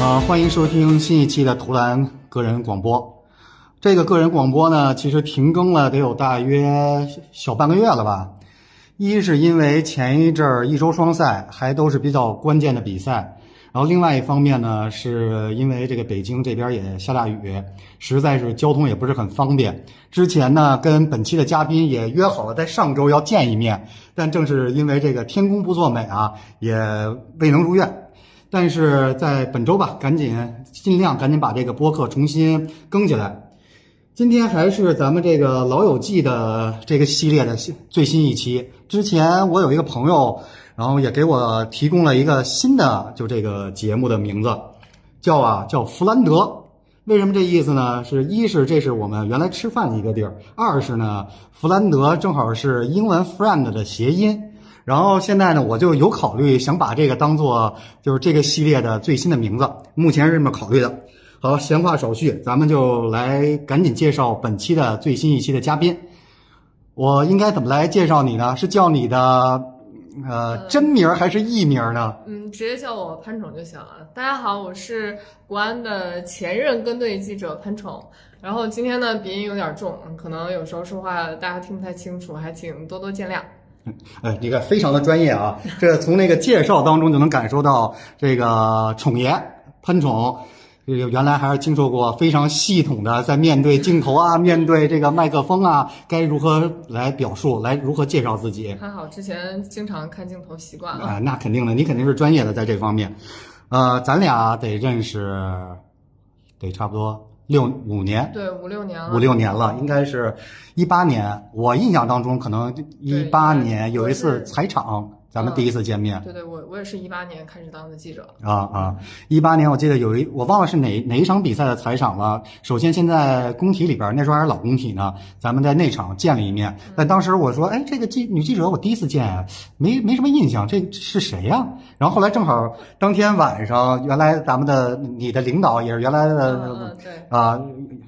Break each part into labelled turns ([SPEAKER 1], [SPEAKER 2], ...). [SPEAKER 1] 啊，欢迎收听新一期的图兰个人广播。这个个人广播呢，其实停更了得有大约小半个月了吧。一是因为前一阵儿一周双赛还都是比较关键的比赛，然后另外一方面呢，是因为这个北京这边也下大雨，实在是交通也不是很方便。之前呢，跟本期的嘉宾也约好了在上周要见一面，但正是因为这个天公不作美啊，也未能如愿。但是在本周吧，赶紧尽量赶紧把这个播客重新更起来。今天还是咱们这个《老友记》的这个系列的新最新一期。之前我有一个朋友，然后也给我提供了一个新的就这个节目的名字，叫啊叫弗兰德。为什么这意思呢？是一是这是我们原来吃饭的一个地儿，二是呢弗兰德正好是英文 friend 的谐音。然后现在呢，我就有考虑想把这个当做就是这个系列的最新的名字，目前是这么考虑的。好，闲话少叙，咱们就来赶紧介绍本期的最新一期的嘉宾。我应该怎么来介绍你呢？是叫你的呃真名儿还是艺名儿呢？
[SPEAKER 2] 嗯，直接叫我潘宠就行了。大家好，我是国安的前任跟队记者潘宠。然后今天呢，鼻音有点重，可能有时候说话大家听不太清楚，还请多多见谅。
[SPEAKER 1] 哎，你看非常的专业啊，这从那个介绍当中就能感受到这个宠爷潘宠。这个原来还是经受过非常系统的，在面对镜头啊，面对这个麦克风啊，该如何来表述，来如何介绍自己。
[SPEAKER 2] 还好之前经常看镜头习惯了。
[SPEAKER 1] 啊，那肯定的，你肯定是专业的在这方面。呃，咱俩得认识，得差不多六五年，
[SPEAKER 2] 对，五六年了。
[SPEAKER 1] 五六年了，应该是一八年。我印象当中，可能一八年有一次采场，咱们第一次见面。
[SPEAKER 2] 对对，我我也是一八年开始当的记者。
[SPEAKER 1] 啊啊！一八年我记得有一，我忘了是哪哪一场比赛的采场了。首先，现在工体里边儿那时候还是老工体呢，咱们在那场见了一面。
[SPEAKER 2] 嗯
[SPEAKER 1] 但当时我说，哎，这个记女记者我第一次见，没没什么印象，这是谁呀、然后后来正好当天晚上，原来咱们的你的领导也是原来的
[SPEAKER 2] 嗯，对。
[SPEAKER 1] 啊、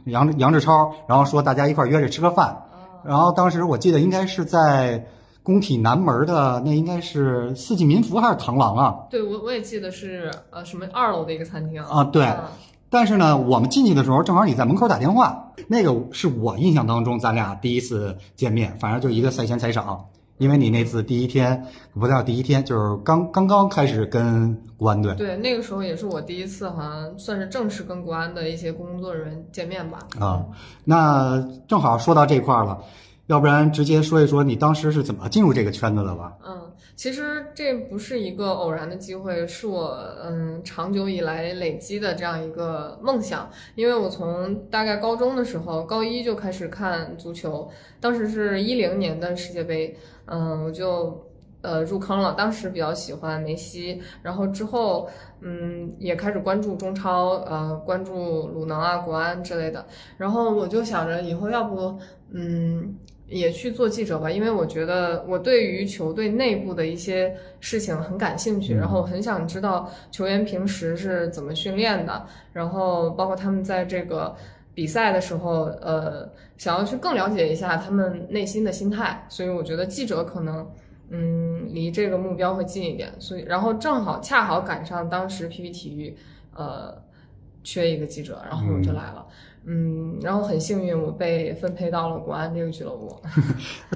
[SPEAKER 1] 杨杨志超，然后说大家一块儿约着吃个饭。
[SPEAKER 2] 啊，
[SPEAKER 1] 然后当时我记得应该是在工体南门的，那应该是四季民福还是螳螂啊？
[SPEAKER 2] 对我我也记得是呃什么二楼的一个餐厅
[SPEAKER 1] 啊对
[SPEAKER 2] 嗯
[SPEAKER 1] 但是呢，我们进去的时候，正好你在门口打电话，那个是我印象当中咱俩第一次见面，反正就一个赛前采场，因为你那次第一天不叫第一天，就是刚刚刚开始跟国安队
[SPEAKER 2] 对，那个时候也是我第一次，好像算是正式跟国安的一些工作人员见面吧。
[SPEAKER 1] 啊。那正好说到这块儿了，要不然直接说一说你当时是怎么进入这个圈子的吧？
[SPEAKER 2] 嗯，其实这不是一个偶然的机会，是我嗯长久以来累积的这样一个梦想。因为我从大概高中的时候，高一就开始看足球，当时是一零年的世界杯，嗯，我就。呃，入坑了，当时比较喜欢梅西，然后之后，嗯，也开始关注中超，呃，关注鲁能啊、国安之类的。然后我就想着以后要不，嗯，也去做记者吧，因为我觉得我对于球队内部的一些事情很感兴趣，
[SPEAKER 1] 嗯
[SPEAKER 2] 然后我很想知道球员平时是怎么训练的，然后包括他们在这个比赛的时候，呃，想要去更了解一下他们内心的心态，所以我觉得记者可能。嗯，离这个目标会近一点，所以然后正好恰好赶上当时 PP 体育，呃，缺一个记者，然后我就来了。嗯，然后很幸运，我被分配到了国安这个俱乐部。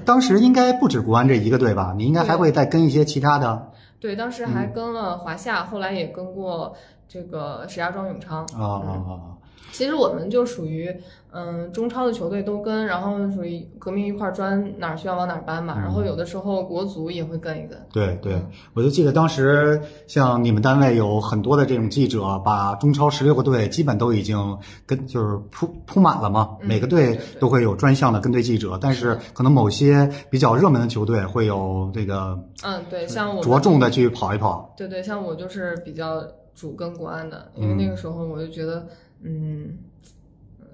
[SPEAKER 1] 当时应该不止国安这一个队吧？你应该还会再跟一些其他的
[SPEAKER 2] 对，当时
[SPEAKER 1] 嗯
[SPEAKER 2] 还跟了华夏，后来也跟过这个石家庄永昌。
[SPEAKER 1] 啊啊啊啊！
[SPEAKER 2] 其实我们就属于，嗯，中超的球队都跟，然后属于革命一块砖，哪儿需要往哪儿搬嘛。然
[SPEAKER 1] 嗯
[SPEAKER 2] 后有的时候国足也会跟一跟。
[SPEAKER 1] 对对，我就记得当时像你们单位有很多的这种记者，把中超十六个队基本都已经跟就是铺铺满了嘛，
[SPEAKER 2] 嗯
[SPEAKER 1] 每个队
[SPEAKER 2] 对对
[SPEAKER 1] 都会有专项的跟队记者，但是可能某些比较热门的球队会有这个
[SPEAKER 2] 嗯，对，像我们
[SPEAKER 1] 着重的去跑一跑。
[SPEAKER 2] 对对，像我就是比较主跟国安的，因为
[SPEAKER 1] 嗯
[SPEAKER 2] 那个时候我就觉得，嗯，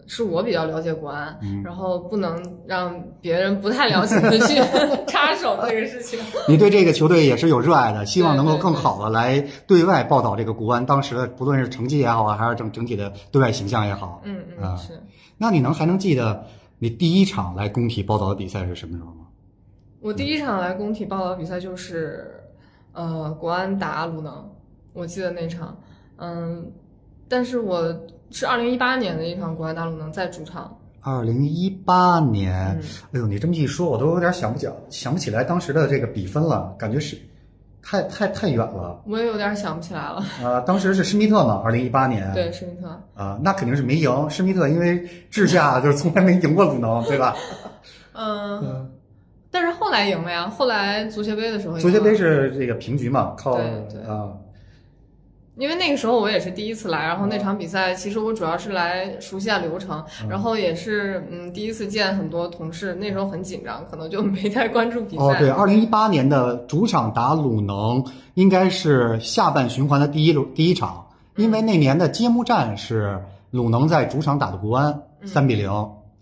[SPEAKER 2] 是我比较了解国安，
[SPEAKER 1] 嗯
[SPEAKER 2] 然后不能让别人不太了解的去 插手这个事情。
[SPEAKER 1] 你对这个球队也是有热爱的，希望能够
[SPEAKER 2] 对对
[SPEAKER 1] 更好的来对外报道这个国安当时的不论是成绩也好啊，还是整整体的对外形象也好。
[SPEAKER 2] 嗯
[SPEAKER 1] 啊
[SPEAKER 2] 嗯，是。
[SPEAKER 1] 那你能还能记得你第一场来工体报道的比赛是什么时候吗？
[SPEAKER 2] 我第一场来工体报道比赛就是，呃，国安打鲁能，我记得那场，嗯，但是我是二零一八年的一场国外大陆能在主场，
[SPEAKER 1] 二零一八年，
[SPEAKER 2] 嗯
[SPEAKER 1] 哎呦，你这么一说，我都有点想不起想不起来当时的这个比分了，感觉是太太太远了
[SPEAKER 2] 我也有点想不起来了。
[SPEAKER 1] 啊、当时是施密特嘛，二零一八年，
[SPEAKER 2] 对，施密特，
[SPEAKER 1] 啊、那肯定是没赢。施密特因为治 下就是从来没赢过鲁能，对吧？
[SPEAKER 2] 嗯，
[SPEAKER 1] 嗯，
[SPEAKER 2] 但是后来赢了呀，后来足协杯的时候赢了，
[SPEAKER 1] 足协杯是这个平局嘛，靠啊
[SPEAKER 2] 对对因为那个时候我也是第一次来，然后那
[SPEAKER 1] 哦
[SPEAKER 2] 场比赛其实我主要是来熟悉一下流程，然后也是嗯第一次见很多同事，那时候很紧张，可能就没太关注比赛。
[SPEAKER 1] 哦，对，二零一八年的主场打鲁能应该是下半循环的第一轮第一场，
[SPEAKER 2] 嗯
[SPEAKER 1] 因为那年的揭幕战是鲁能在主场打的国安
[SPEAKER 2] 嗯
[SPEAKER 1] 三比零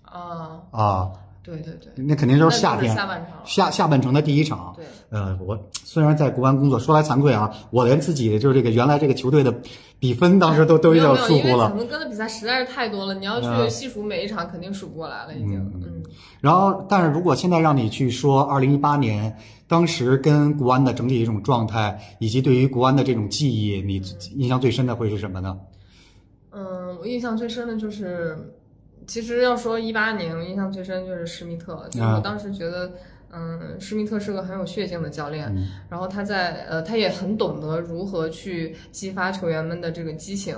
[SPEAKER 2] 啊，
[SPEAKER 1] 啊，
[SPEAKER 2] 对对对，
[SPEAKER 1] 那肯定就是夏
[SPEAKER 2] 那就
[SPEAKER 1] 天
[SPEAKER 2] 是下半场了。
[SPEAKER 1] 下下半程的第一场。
[SPEAKER 2] 对，
[SPEAKER 1] 呃，我虽然在国安工作，说来惭愧啊，我连自己就是这个原来这个球队的比分当时都都
[SPEAKER 2] 没
[SPEAKER 1] 有
[SPEAKER 2] 有
[SPEAKER 1] 点
[SPEAKER 2] 没有，
[SPEAKER 1] 疏
[SPEAKER 2] 因为
[SPEAKER 1] 忽了
[SPEAKER 2] 咱。们跟的比赛实在是太多了，你要去
[SPEAKER 1] 嗯
[SPEAKER 2] 细数每一场，肯定数不过来了，已经。嗯，
[SPEAKER 1] 然后，但是如果现在让你去说二零一八年当时跟国安的整体一种状态，以及对于国安的这种记忆，你印象最深的会是什么呢？
[SPEAKER 2] 嗯，我印象最深的就是，其实要说一八年，我印象最深就是施密特，就是我
[SPEAKER 1] 啊
[SPEAKER 2] 当时觉得，嗯，施密特是个很有血性的教练，
[SPEAKER 1] 嗯
[SPEAKER 2] 然后他在呃，他也很懂得如何去激发球员们的这个激情。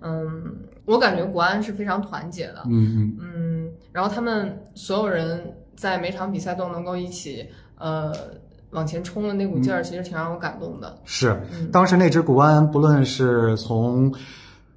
[SPEAKER 1] 嗯
[SPEAKER 2] 我感觉国安是非常团结的，
[SPEAKER 1] 嗯
[SPEAKER 2] 嗯，然后他们所有人在每场比赛都能够一起呃往前冲的那股劲儿，其实挺让我感动的
[SPEAKER 1] 嗯，。是
[SPEAKER 2] 嗯
[SPEAKER 1] 当时那支国安，不论是从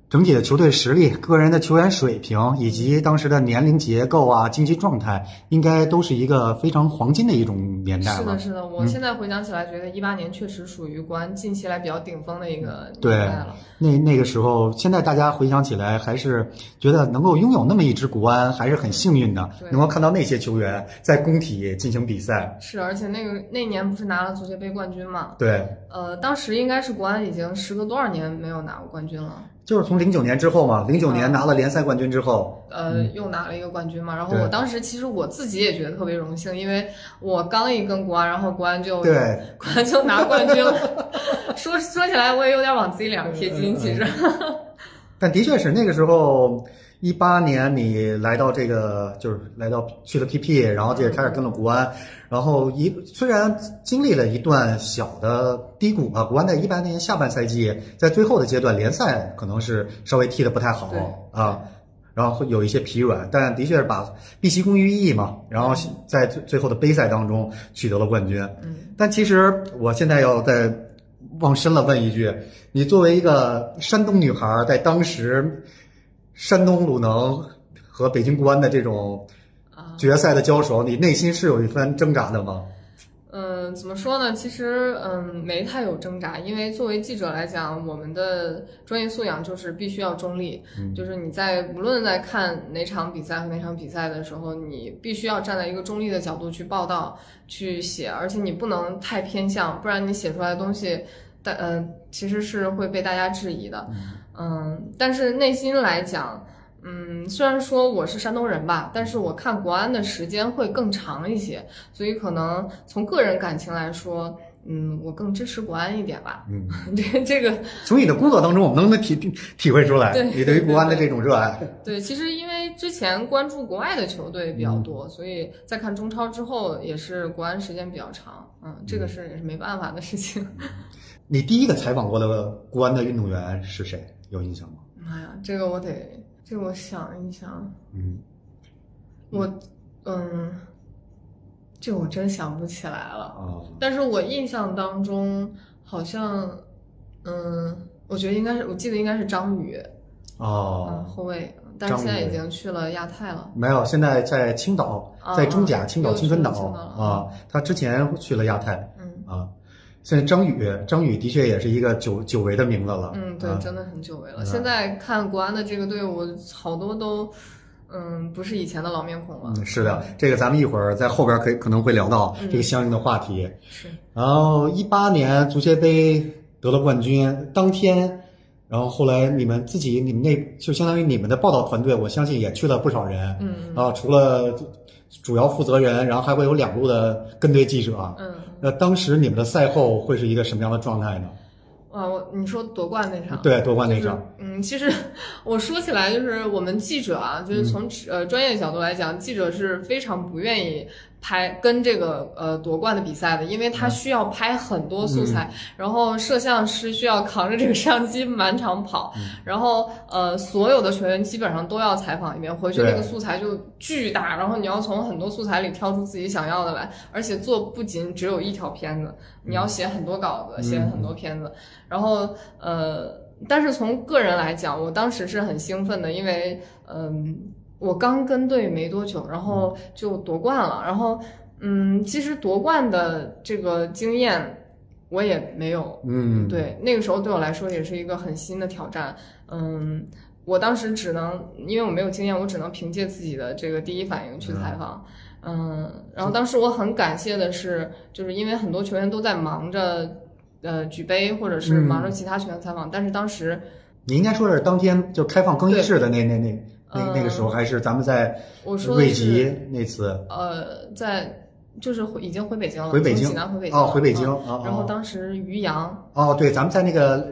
[SPEAKER 1] 整体的球队实力、个人的球员水平，以及当时的年龄结构啊、经济状态，应该都是一个非常黄金的一种年代
[SPEAKER 2] 是
[SPEAKER 1] 了
[SPEAKER 2] 的，。是的，
[SPEAKER 1] 嗯
[SPEAKER 2] 我现在回想起来，觉得一八年确实属于国安近期来比较顶峰的一个
[SPEAKER 1] 嗯
[SPEAKER 2] 年
[SPEAKER 1] 对
[SPEAKER 2] 代了。
[SPEAKER 1] 那那个时候，现在大家回想起来，还是觉得能够拥有那么一支国安，还是很幸运的
[SPEAKER 2] 对，
[SPEAKER 1] 能够看到那些球员在工体进行比赛。
[SPEAKER 2] 是，而且那个那年不是拿了足协杯冠军嘛？
[SPEAKER 1] 对，
[SPEAKER 2] 呃，当时应该是国安已经时隔多少年没有拿过冠军了，
[SPEAKER 1] 就是从零九年之后嘛，零九
[SPEAKER 2] 嗯
[SPEAKER 1] 年拿了联赛冠军之后，
[SPEAKER 2] 呃，又拿了一个冠军嘛。然后
[SPEAKER 1] 嗯对
[SPEAKER 2] 我当时其实我自己也觉得特别荣幸，因为我刚一跟国安，然后国安就
[SPEAKER 1] 对，
[SPEAKER 2] 国安 就拿冠军了。说说起来，我也有点往自己脸上贴金，其实。
[SPEAKER 1] 但的确是那个时候，一八年你来到这个，就是来到去了 PP，然后这个开始跟了国安，然后一虽然经历了一段小的低谷吧，国安在一八年下半赛季在最后的阶段联赛可能是稍微踢得不太好
[SPEAKER 2] 对
[SPEAKER 1] 啊。然后有一些疲软，但的确是把毕其功于一役嘛。然后在最最后的杯赛当中取得了冠军。
[SPEAKER 2] 嗯，
[SPEAKER 1] 但其实我现在要再往深了问一句，你作为一个山东女孩儿，在当时山东鲁能和北京国安的这种
[SPEAKER 2] 啊
[SPEAKER 1] 决赛的交手，你内心是有一番挣扎的吗？
[SPEAKER 2] 嗯，怎么说呢？其实，嗯，没太有挣扎，因为作为记者来讲，我们的专业素养就是必须要中立，就是你在无论在看哪场比赛和哪场比赛的时候，你必须要站在一个中立的角度去报道、去写，而且你不能太偏向，不然你写出来的东西，但呃，其实是会被大家质疑的。嗯，但是内心来讲。嗯，虽然说我是山东人吧，但是我看国安的时间会更长一些，所以可能从个人感情来说，嗯，我更支持国安一点吧。
[SPEAKER 1] 嗯，
[SPEAKER 2] 这这个
[SPEAKER 1] 从你的工作当中，我们能不能体体体会出来
[SPEAKER 2] 对
[SPEAKER 1] 你对于国安 的这种热爱？
[SPEAKER 2] 对，其实因为之前关注国外的球队比较多，所以在看中超之后，也是国安时间比较长。嗯，这个是也是没办法的事情。
[SPEAKER 1] 你第一个采访过的国安的运动员是谁？有印象吗？
[SPEAKER 2] 妈呀，这个我得，这个我想一想，
[SPEAKER 1] 嗯，
[SPEAKER 2] 我嗯，这个我真想不起来了。
[SPEAKER 1] 啊，
[SPEAKER 2] 但是我印象当中好像，嗯，我觉得应该是，我记得应该是张宇，嗯，
[SPEAKER 1] 哦，
[SPEAKER 2] 后卫，但是
[SPEAKER 1] 张
[SPEAKER 2] 现在
[SPEAKER 1] 宇
[SPEAKER 2] 已经去了亚太了。
[SPEAKER 1] 没有，现在在青岛
[SPEAKER 2] 啊，
[SPEAKER 1] 在中甲青岛
[SPEAKER 2] 又去
[SPEAKER 1] 青春岛
[SPEAKER 2] 了青岛了
[SPEAKER 1] 啊，他之前去了亚太。
[SPEAKER 2] 嗯
[SPEAKER 1] 啊，现在张宇，张宇的确也是一个久久违的名字了。
[SPEAKER 2] 嗯，对
[SPEAKER 1] 啊，
[SPEAKER 2] 真的很久违了。
[SPEAKER 1] 嗯
[SPEAKER 2] 现在看国安的这个队伍，好多都，嗯，不是以前的老面孔了。
[SPEAKER 1] 嗯，是的，这个咱们一会儿在后边可以可能会聊到
[SPEAKER 2] 嗯
[SPEAKER 1] 这个相应的话题。
[SPEAKER 2] 是，
[SPEAKER 1] 然后一八年足协杯得了冠军，当天，然后后来你们自己你们那就相当于你们的报道团队，我相信也去了不少人。
[SPEAKER 2] 嗯
[SPEAKER 1] 啊，除了主主要负责人，然后还会有两路的跟队记者。
[SPEAKER 2] 嗯
[SPEAKER 1] 那当时你们的赛后会是一个什么样的状态呢？
[SPEAKER 2] 嗯啊，我你说夺冠那场，
[SPEAKER 1] 对，夺冠那
[SPEAKER 2] 就
[SPEAKER 1] 场
[SPEAKER 2] 是。嗯，其实 我说起来，就是我们记者啊，
[SPEAKER 1] 嗯
[SPEAKER 2] 就是从职、呃专业角度来讲，记者是非常不愿意拍跟这个呃夺冠的比赛的，因为
[SPEAKER 1] 嗯
[SPEAKER 2] 他需要拍很多素材，然后摄像师需要扛着这个摄像机满场跑，
[SPEAKER 1] 嗯
[SPEAKER 2] 然后呃所有的球员基本上都要采访一遍，回去
[SPEAKER 1] 对
[SPEAKER 2] 那个素材就巨大，然后你要从很多素材里挑出自己想要的来，而且做不仅只有一条片子，你要写很多稿子，写很多片子，然后呃。但是从个人来讲，我当时是很兴奋的，因为嗯，我刚跟队没多久，然后就夺冠了。然后嗯，其实夺冠的这个经验我也没有，
[SPEAKER 1] 嗯，
[SPEAKER 2] 对，那个时候对我来说也是一个很新的挑战。嗯，我当时只能因为我没有经验，我只能凭借自己的这个第一反应去采访。嗯，然后当时我很感谢的是，就是因为很多球员都在忙着呃举杯或者
[SPEAKER 1] 嗯
[SPEAKER 2] 是忙着其他球员采访，但是当时
[SPEAKER 1] 你应该说的是当天就开放更衣室的那那那那那个时候，还是咱们在
[SPEAKER 2] 呃我说的
[SPEAKER 1] 瑞
[SPEAKER 2] 是
[SPEAKER 1] 吉那次
[SPEAKER 2] 呃在就是回已经回北京了，
[SPEAKER 1] 回北京
[SPEAKER 2] 从济南回北京
[SPEAKER 1] 哦，回北
[SPEAKER 2] 了
[SPEAKER 1] 京
[SPEAKER 2] 嗯
[SPEAKER 1] 哦
[SPEAKER 2] 然后
[SPEAKER 1] 哦
[SPEAKER 2] 当时于洋
[SPEAKER 1] 哦，对，咱们在那个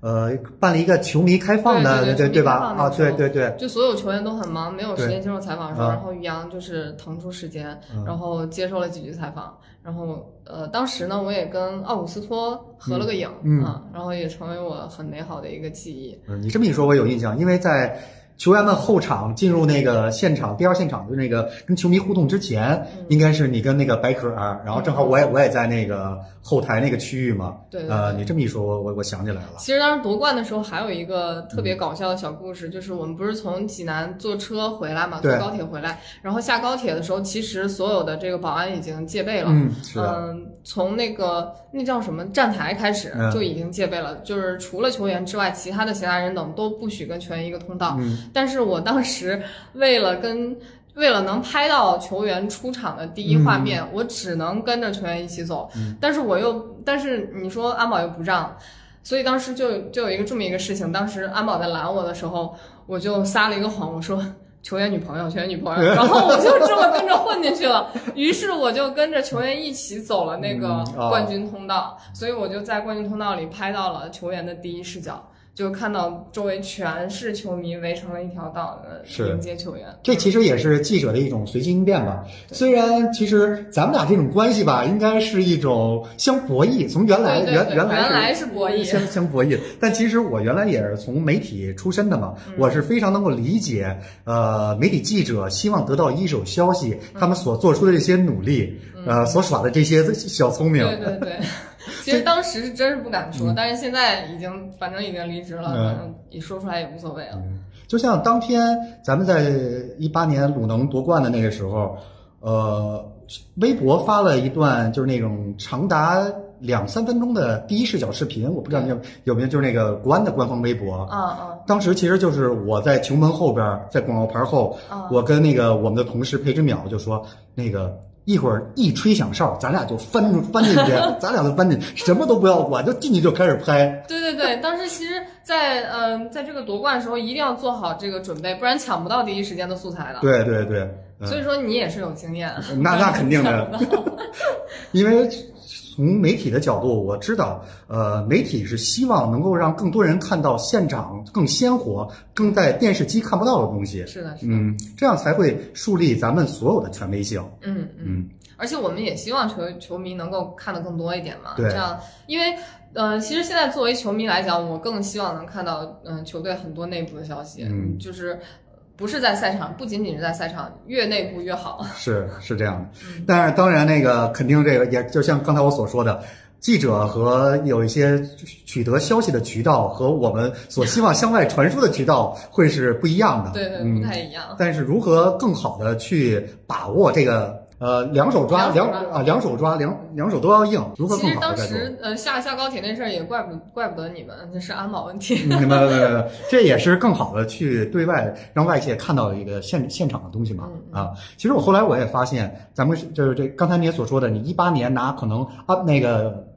[SPEAKER 1] 呃办了一个球迷开放的
[SPEAKER 2] 对
[SPEAKER 1] 对
[SPEAKER 2] 对对
[SPEAKER 1] 对吧？
[SPEAKER 2] 球迷开放的
[SPEAKER 1] 啊，对对对，
[SPEAKER 2] 就所有球员都很忙，没有时
[SPEAKER 1] 对
[SPEAKER 2] 间接受采访的时候，
[SPEAKER 1] 啊
[SPEAKER 2] 然后于洋就是腾出时间，
[SPEAKER 1] 嗯
[SPEAKER 2] 然后接受了几句采访，然后呃，当时呢，我也跟奥古斯托合了个影，
[SPEAKER 1] 嗯嗯
[SPEAKER 2] 啊，然后也成为我很美好的一个记忆。
[SPEAKER 1] 嗯，你这么一说，我有印象，因为在球员们后场进入那个现场第二现场的那个跟球迷互动之前，
[SPEAKER 2] 嗯
[SPEAKER 1] 应该是你跟那个白可儿，然后正好我也我也在那个后台那个区域嘛。
[SPEAKER 2] 对对
[SPEAKER 1] 呃，
[SPEAKER 2] 对
[SPEAKER 1] 你这么一说，我我我想起来了。
[SPEAKER 2] 其实当时夺冠的时候，还有一个
[SPEAKER 1] 嗯
[SPEAKER 2] 特别搞笑的小故事，就是我们不是从济南坐车回来嘛，坐
[SPEAKER 1] 对
[SPEAKER 2] 高铁回来，然后下高铁的时候，其实所有的这个保安已经戒备了，
[SPEAKER 1] 嗯，是的，
[SPEAKER 2] 嗯，从那个那叫什么站台开始
[SPEAKER 1] 嗯
[SPEAKER 2] 就已经戒备了，就是除了球员之外，其他的其他人等都不许跟球员一个通道。
[SPEAKER 1] 嗯
[SPEAKER 2] 但是我当时为了跟为了能拍到球员出场的第一画面，我只能跟着球员一起走。
[SPEAKER 1] 嗯
[SPEAKER 2] 但是我又，但是你说安保又不让，所以当时就就有一个这么一个事情，当时安保在拦我的时候，我就撒了一个谎，我说。球员女朋友，球员女 朋友，然后我就这么跟着混进去了。于是我就跟着球员一起走了那个
[SPEAKER 1] 嗯哦
[SPEAKER 2] 冠军通道，所以我就在冠军通道里拍到了球员的第一视角。就看到周围全是球迷围成了一条道呃
[SPEAKER 1] 是
[SPEAKER 2] 迎接球员。
[SPEAKER 1] 这其实也是记者的一种随机应变吧。虽然其实咱们俩这种关系吧，应该是一种相博弈，从原来
[SPEAKER 2] 对对对
[SPEAKER 1] 原
[SPEAKER 2] 原
[SPEAKER 1] 来是
[SPEAKER 2] 是博弈，
[SPEAKER 1] 相相博弈。但其实我原来也是从媒体出身的嘛，
[SPEAKER 2] 嗯
[SPEAKER 1] 我是非常能够理解，呃，媒体记者希望得到一手消息，他们所做出的这些努力，呃，所耍的这些小聪明。
[SPEAKER 2] 嗯对对 对。其实当时是真是不敢说，但是现在已经反正已经离职了，
[SPEAKER 1] 嗯
[SPEAKER 2] 反正也说出来也无所谓了。
[SPEAKER 1] 就像当天咱们在一八年鲁能夺冠的那个时候，呃，微博发了一段就是那种长达两三分钟的第一视角视频，我不知道你有有没有，就是那个国安的官方微博，
[SPEAKER 2] 啊啊
[SPEAKER 1] 当时其实就是我在球门后边儿，在广告牌后，
[SPEAKER 2] 啊！
[SPEAKER 1] 我跟那个我们的同事裴之淼就说，那个一会儿一吹响哨，咱俩就翻翻进去，咱俩就翻进去，什么都不要管，就进去就开始拍。
[SPEAKER 2] 对对对，当时其实在，嗯，在这个夺冠的时候，一定要做好这个准备，不然抢不到第一时间的素材的。
[SPEAKER 1] 对对对，嗯
[SPEAKER 2] 所以说你也是有经验，
[SPEAKER 1] 那那肯定的， 因为从媒体的角度，我知道，呃，媒体是希望能够让更多人看到现场更鲜活、更在电视机看不到的东西，
[SPEAKER 2] 是的，是的，
[SPEAKER 1] 嗯，这样才会树立咱们所有的权威性，
[SPEAKER 2] 嗯嗯。
[SPEAKER 1] 嗯。
[SPEAKER 2] 而且我们也希望球球迷能够看得更多一点嘛，
[SPEAKER 1] 对
[SPEAKER 2] 这样，因为，呃，其实现在作为球迷来讲，我更希望能看到，嗯、球队很多内部的消息，
[SPEAKER 1] 嗯
[SPEAKER 2] 就是不是在赛场，不仅仅是在赛场，越内部越好，
[SPEAKER 1] 是是这样的
[SPEAKER 2] 嗯，
[SPEAKER 1] 但是当然那个肯定这个也就像刚才我所说的，记者和有一些取得消息的渠道和我们所希望向外传输的渠道会是不一样的。
[SPEAKER 2] 对对，不
[SPEAKER 1] 嗯，
[SPEAKER 2] 太一样，
[SPEAKER 1] 但是如何更好的去把握这个呃两手抓
[SPEAKER 2] 两
[SPEAKER 1] 两
[SPEAKER 2] 手抓
[SPEAKER 1] 啊两手抓两两手都要硬，如何
[SPEAKER 2] 其
[SPEAKER 1] 更
[SPEAKER 2] 实
[SPEAKER 1] 好
[SPEAKER 2] 当
[SPEAKER 1] 的在 做？
[SPEAKER 2] 时，呃，下下高铁那事儿也怪不怪不得你们，这是安保问题。
[SPEAKER 1] 明白明白明白，呃这也是更好的去对外让外界看到的一个现现场的东西嘛
[SPEAKER 2] 嗯。
[SPEAKER 1] 啊，其实我后来我也发现，咱们是就是这刚才你也所说的，你一八年拿可能啊那个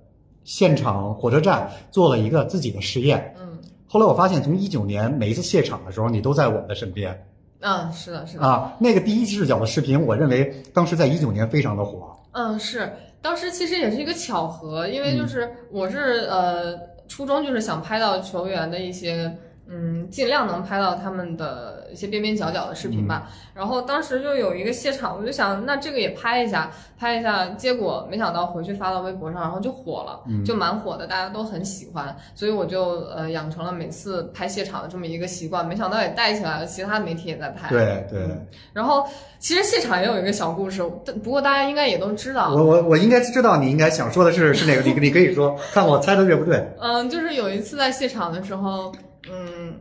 [SPEAKER 1] 现场火车站做了一个自己的实验。
[SPEAKER 2] 嗯，
[SPEAKER 1] 后来我发现，从一九年每一次卸场的时候，你都在我们的身边
[SPEAKER 2] 啊，是的，是的，
[SPEAKER 1] 啊。那个第一视角的视频，我认为当时在一九年非常的火。
[SPEAKER 2] 嗯，是当时其实也是一个巧合，因为就是我是、呃初衷就是想拍到球员的一些。嗯，尽量能拍到他们的一些边边角角的视频吧。然后当时就有一个谢场，我就想，那这个也拍一下，拍一下。结果没想到回去发到微博上，然后就火了，就蛮火的，大家都很喜欢。所以我就呃养成了每次拍谢场的这么一个习惯。没想到也带起来了，其他媒体也在拍。
[SPEAKER 1] 对对，
[SPEAKER 2] 然后其实谢场也有一个小故事，但不过大家应该也都知道，啊
[SPEAKER 1] 我我我应该知道你应该想说的是是哪个，你你可以说，看我猜的对不对。
[SPEAKER 2] 嗯，就是有一次在现场的时候，嗯，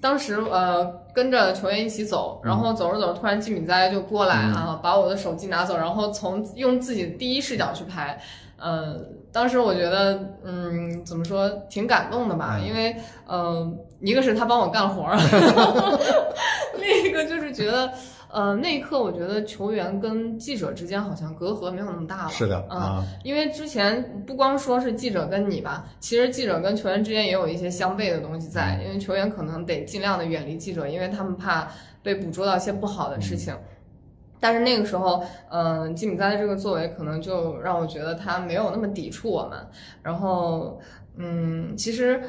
[SPEAKER 2] 当时呃跟着球员一起走，然后走着走着，突然季敏哉就过来
[SPEAKER 1] 嗯
[SPEAKER 2] 啊，把我的手机拿走，然后从用自己的第一视角去拍，呃，当时我觉得嗯怎么说挺感动的吧，
[SPEAKER 1] 嗯
[SPEAKER 2] 因为呃一个是他帮我干活 儿，另一个就是觉得呃那一刻我觉得球员跟记者之间好像隔阂没有那么大了，
[SPEAKER 1] 是的啊，
[SPEAKER 2] 因为之前不光说是记者跟你吧，其实记者跟球员之间也有一些相悖的东西在，因为球员可能得尽量的远离记者，因为他们怕被捕捉到一些不好的事情。
[SPEAKER 1] 嗯
[SPEAKER 2] 但是那个时候，嗯、呃，季敏哉的这个作为可能就让我觉得他没有那么抵触我们。然后，嗯，其实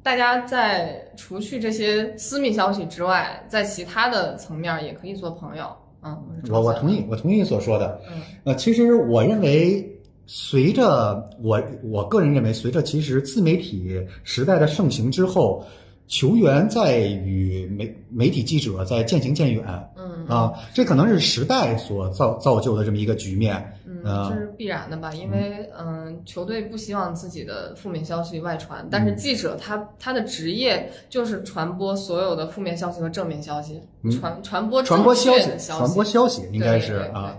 [SPEAKER 2] 大家在除去这些私密消息之外，在其他的层面也可以做朋友。嗯，是这么
[SPEAKER 1] 我我
[SPEAKER 2] 想
[SPEAKER 1] 同意，我同意你所说的。
[SPEAKER 2] 的。嗯
[SPEAKER 1] 呃，其实我认为，随着我我个人认为，随着其实自媒体时代的盛行之后，球员在与媒媒体记者在渐行渐远
[SPEAKER 2] 嗯
[SPEAKER 1] 啊，这可能是时代所造造就的这么一个局面。
[SPEAKER 2] 嗯，
[SPEAKER 1] 啊
[SPEAKER 2] 这是必然的吧？因为嗯、球队不希望自己的负面消息外传，但是
[SPEAKER 1] 嗯
[SPEAKER 2] 记者他他的职业就是传播所有的负面消息和正面消息，传传播
[SPEAKER 1] 嗯传播
[SPEAKER 2] 正
[SPEAKER 1] 消
[SPEAKER 2] 确
[SPEAKER 1] 息
[SPEAKER 2] 的，消
[SPEAKER 1] 传播消息应该
[SPEAKER 2] 对
[SPEAKER 1] 是
[SPEAKER 2] 对
[SPEAKER 1] 啊。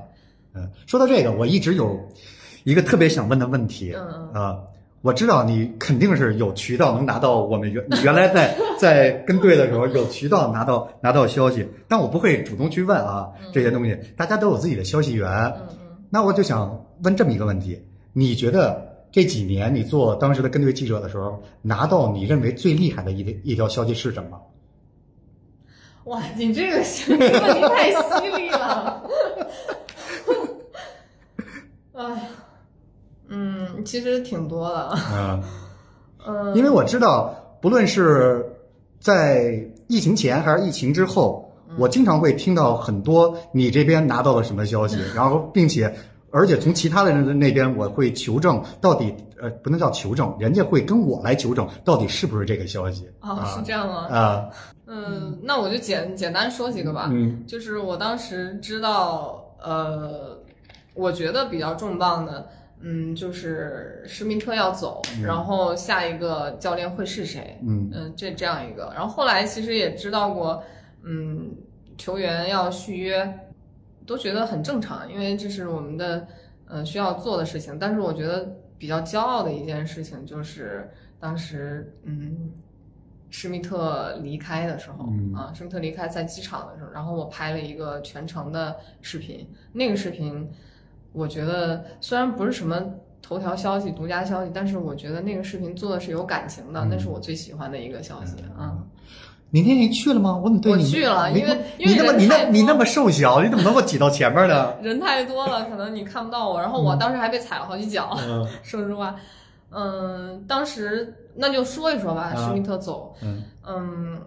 [SPEAKER 1] 嗯，说到这个，我一直有一个特别想问的问题
[SPEAKER 2] 对
[SPEAKER 1] 啊、
[SPEAKER 2] 嗯
[SPEAKER 1] 我知道你肯定是有渠道能拿到我们原你原来在在跟队的时候有渠道拿到拿到消息，但我不会主动去问啊这些东西，大家都有自己的消息源。
[SPEAKER 2] 嗯嗯
[SPEAKER 1] 那我就想问这么一个问题：你觉得这几年你做当时的跟队记者的时候，拿到你认为最厉害的一一条消息是什么？
[SPEAKER 2] 嗯，哇，你这个问题太犀利了，哎，嗯，其实挺多的，
[SPEAKER 1] 嗯。
[SPEAKER 2] 嗯，
[SPEAKER 1] 呃因为我知道，不论是在疫情前还是疫情之后，
[SPEAKER 2] 嗯
[SPEAKER 1] 我经常会听到很多你这边拿到了什么消 息，然后并且。而且从其他的人的那边，我会求证到底，呃，不能叫求证，人家会跟我来求证到底是不是这个消息
[SPEAKER 2] 哦，是
[SPEAKER 1] 啊
[SPEAKER 2] 这样吗？
[SPEAKER 1] 啊，
[SPEAKER 2] 嗯，那我就简简单说几个吧，
[SPEAKER 1] 嗯
[SPEAKER 2] 就是我当时知道，呃，我觉得比较重磅的，嗯，就是施明特要走，然后下一个教练会是谁？
[SPEAKER 1] 嗯
[SPEAKER 2] 嗯，这这样一个。然后后来其实也知道过，嗯，球员要续约，都觉得很正常，因为这是我们的嗯、呃需要做的事情。但是我觉得比较骄傲的一件事情就是当时嗯。施密特离开的时候、
[SPEAKER 1] 嗯
[SPEAKER 2] 啊，施密特离开在机场的时候，然后我拍了一个全程的视频。那个视频，我觉得虽然不是什么头条消息、独家消息，但是我觉得那个视频做的是有感情的，
[SPEAKER 1] 嗯
[SPEAKER 2] 啊那是我最喜欢的一个消息啊。
[SPEAKER 1] 你那天去了吗？我怎么对
[SPEAKER 2] 我
[SPEAKER 1] 你
[SPEAKER 2] 去了
[SPEAKER 1] 没
[SPEAKER 2] 因为
[SPEAKER 1] 你
[SPEAKER 2] 因为
[SPEAKER 1] 那么
[SPEAKER 2] 人
[SPEAKER 1] 你
[SPEAKER 2] 太
[SPEAKER 1] 那
[SPEAKER 2] 多
[SPEAKER 1] 你那么瘦小，你怎么能够挤到前面呢？
[SPEAKER 2] 人太多了，可能你看不到我。然后我当时还被踩了好几脚，
[SPEAKER 1] 嗯
[SPEAKER 2] 说实话，嗯，当时那就说一说吧，
[SPEAKER 1] 啊
[SPEAKER 2] 施密特走，
[SPEAKER 1] 嗯
[SPEAKER 2] 嗯，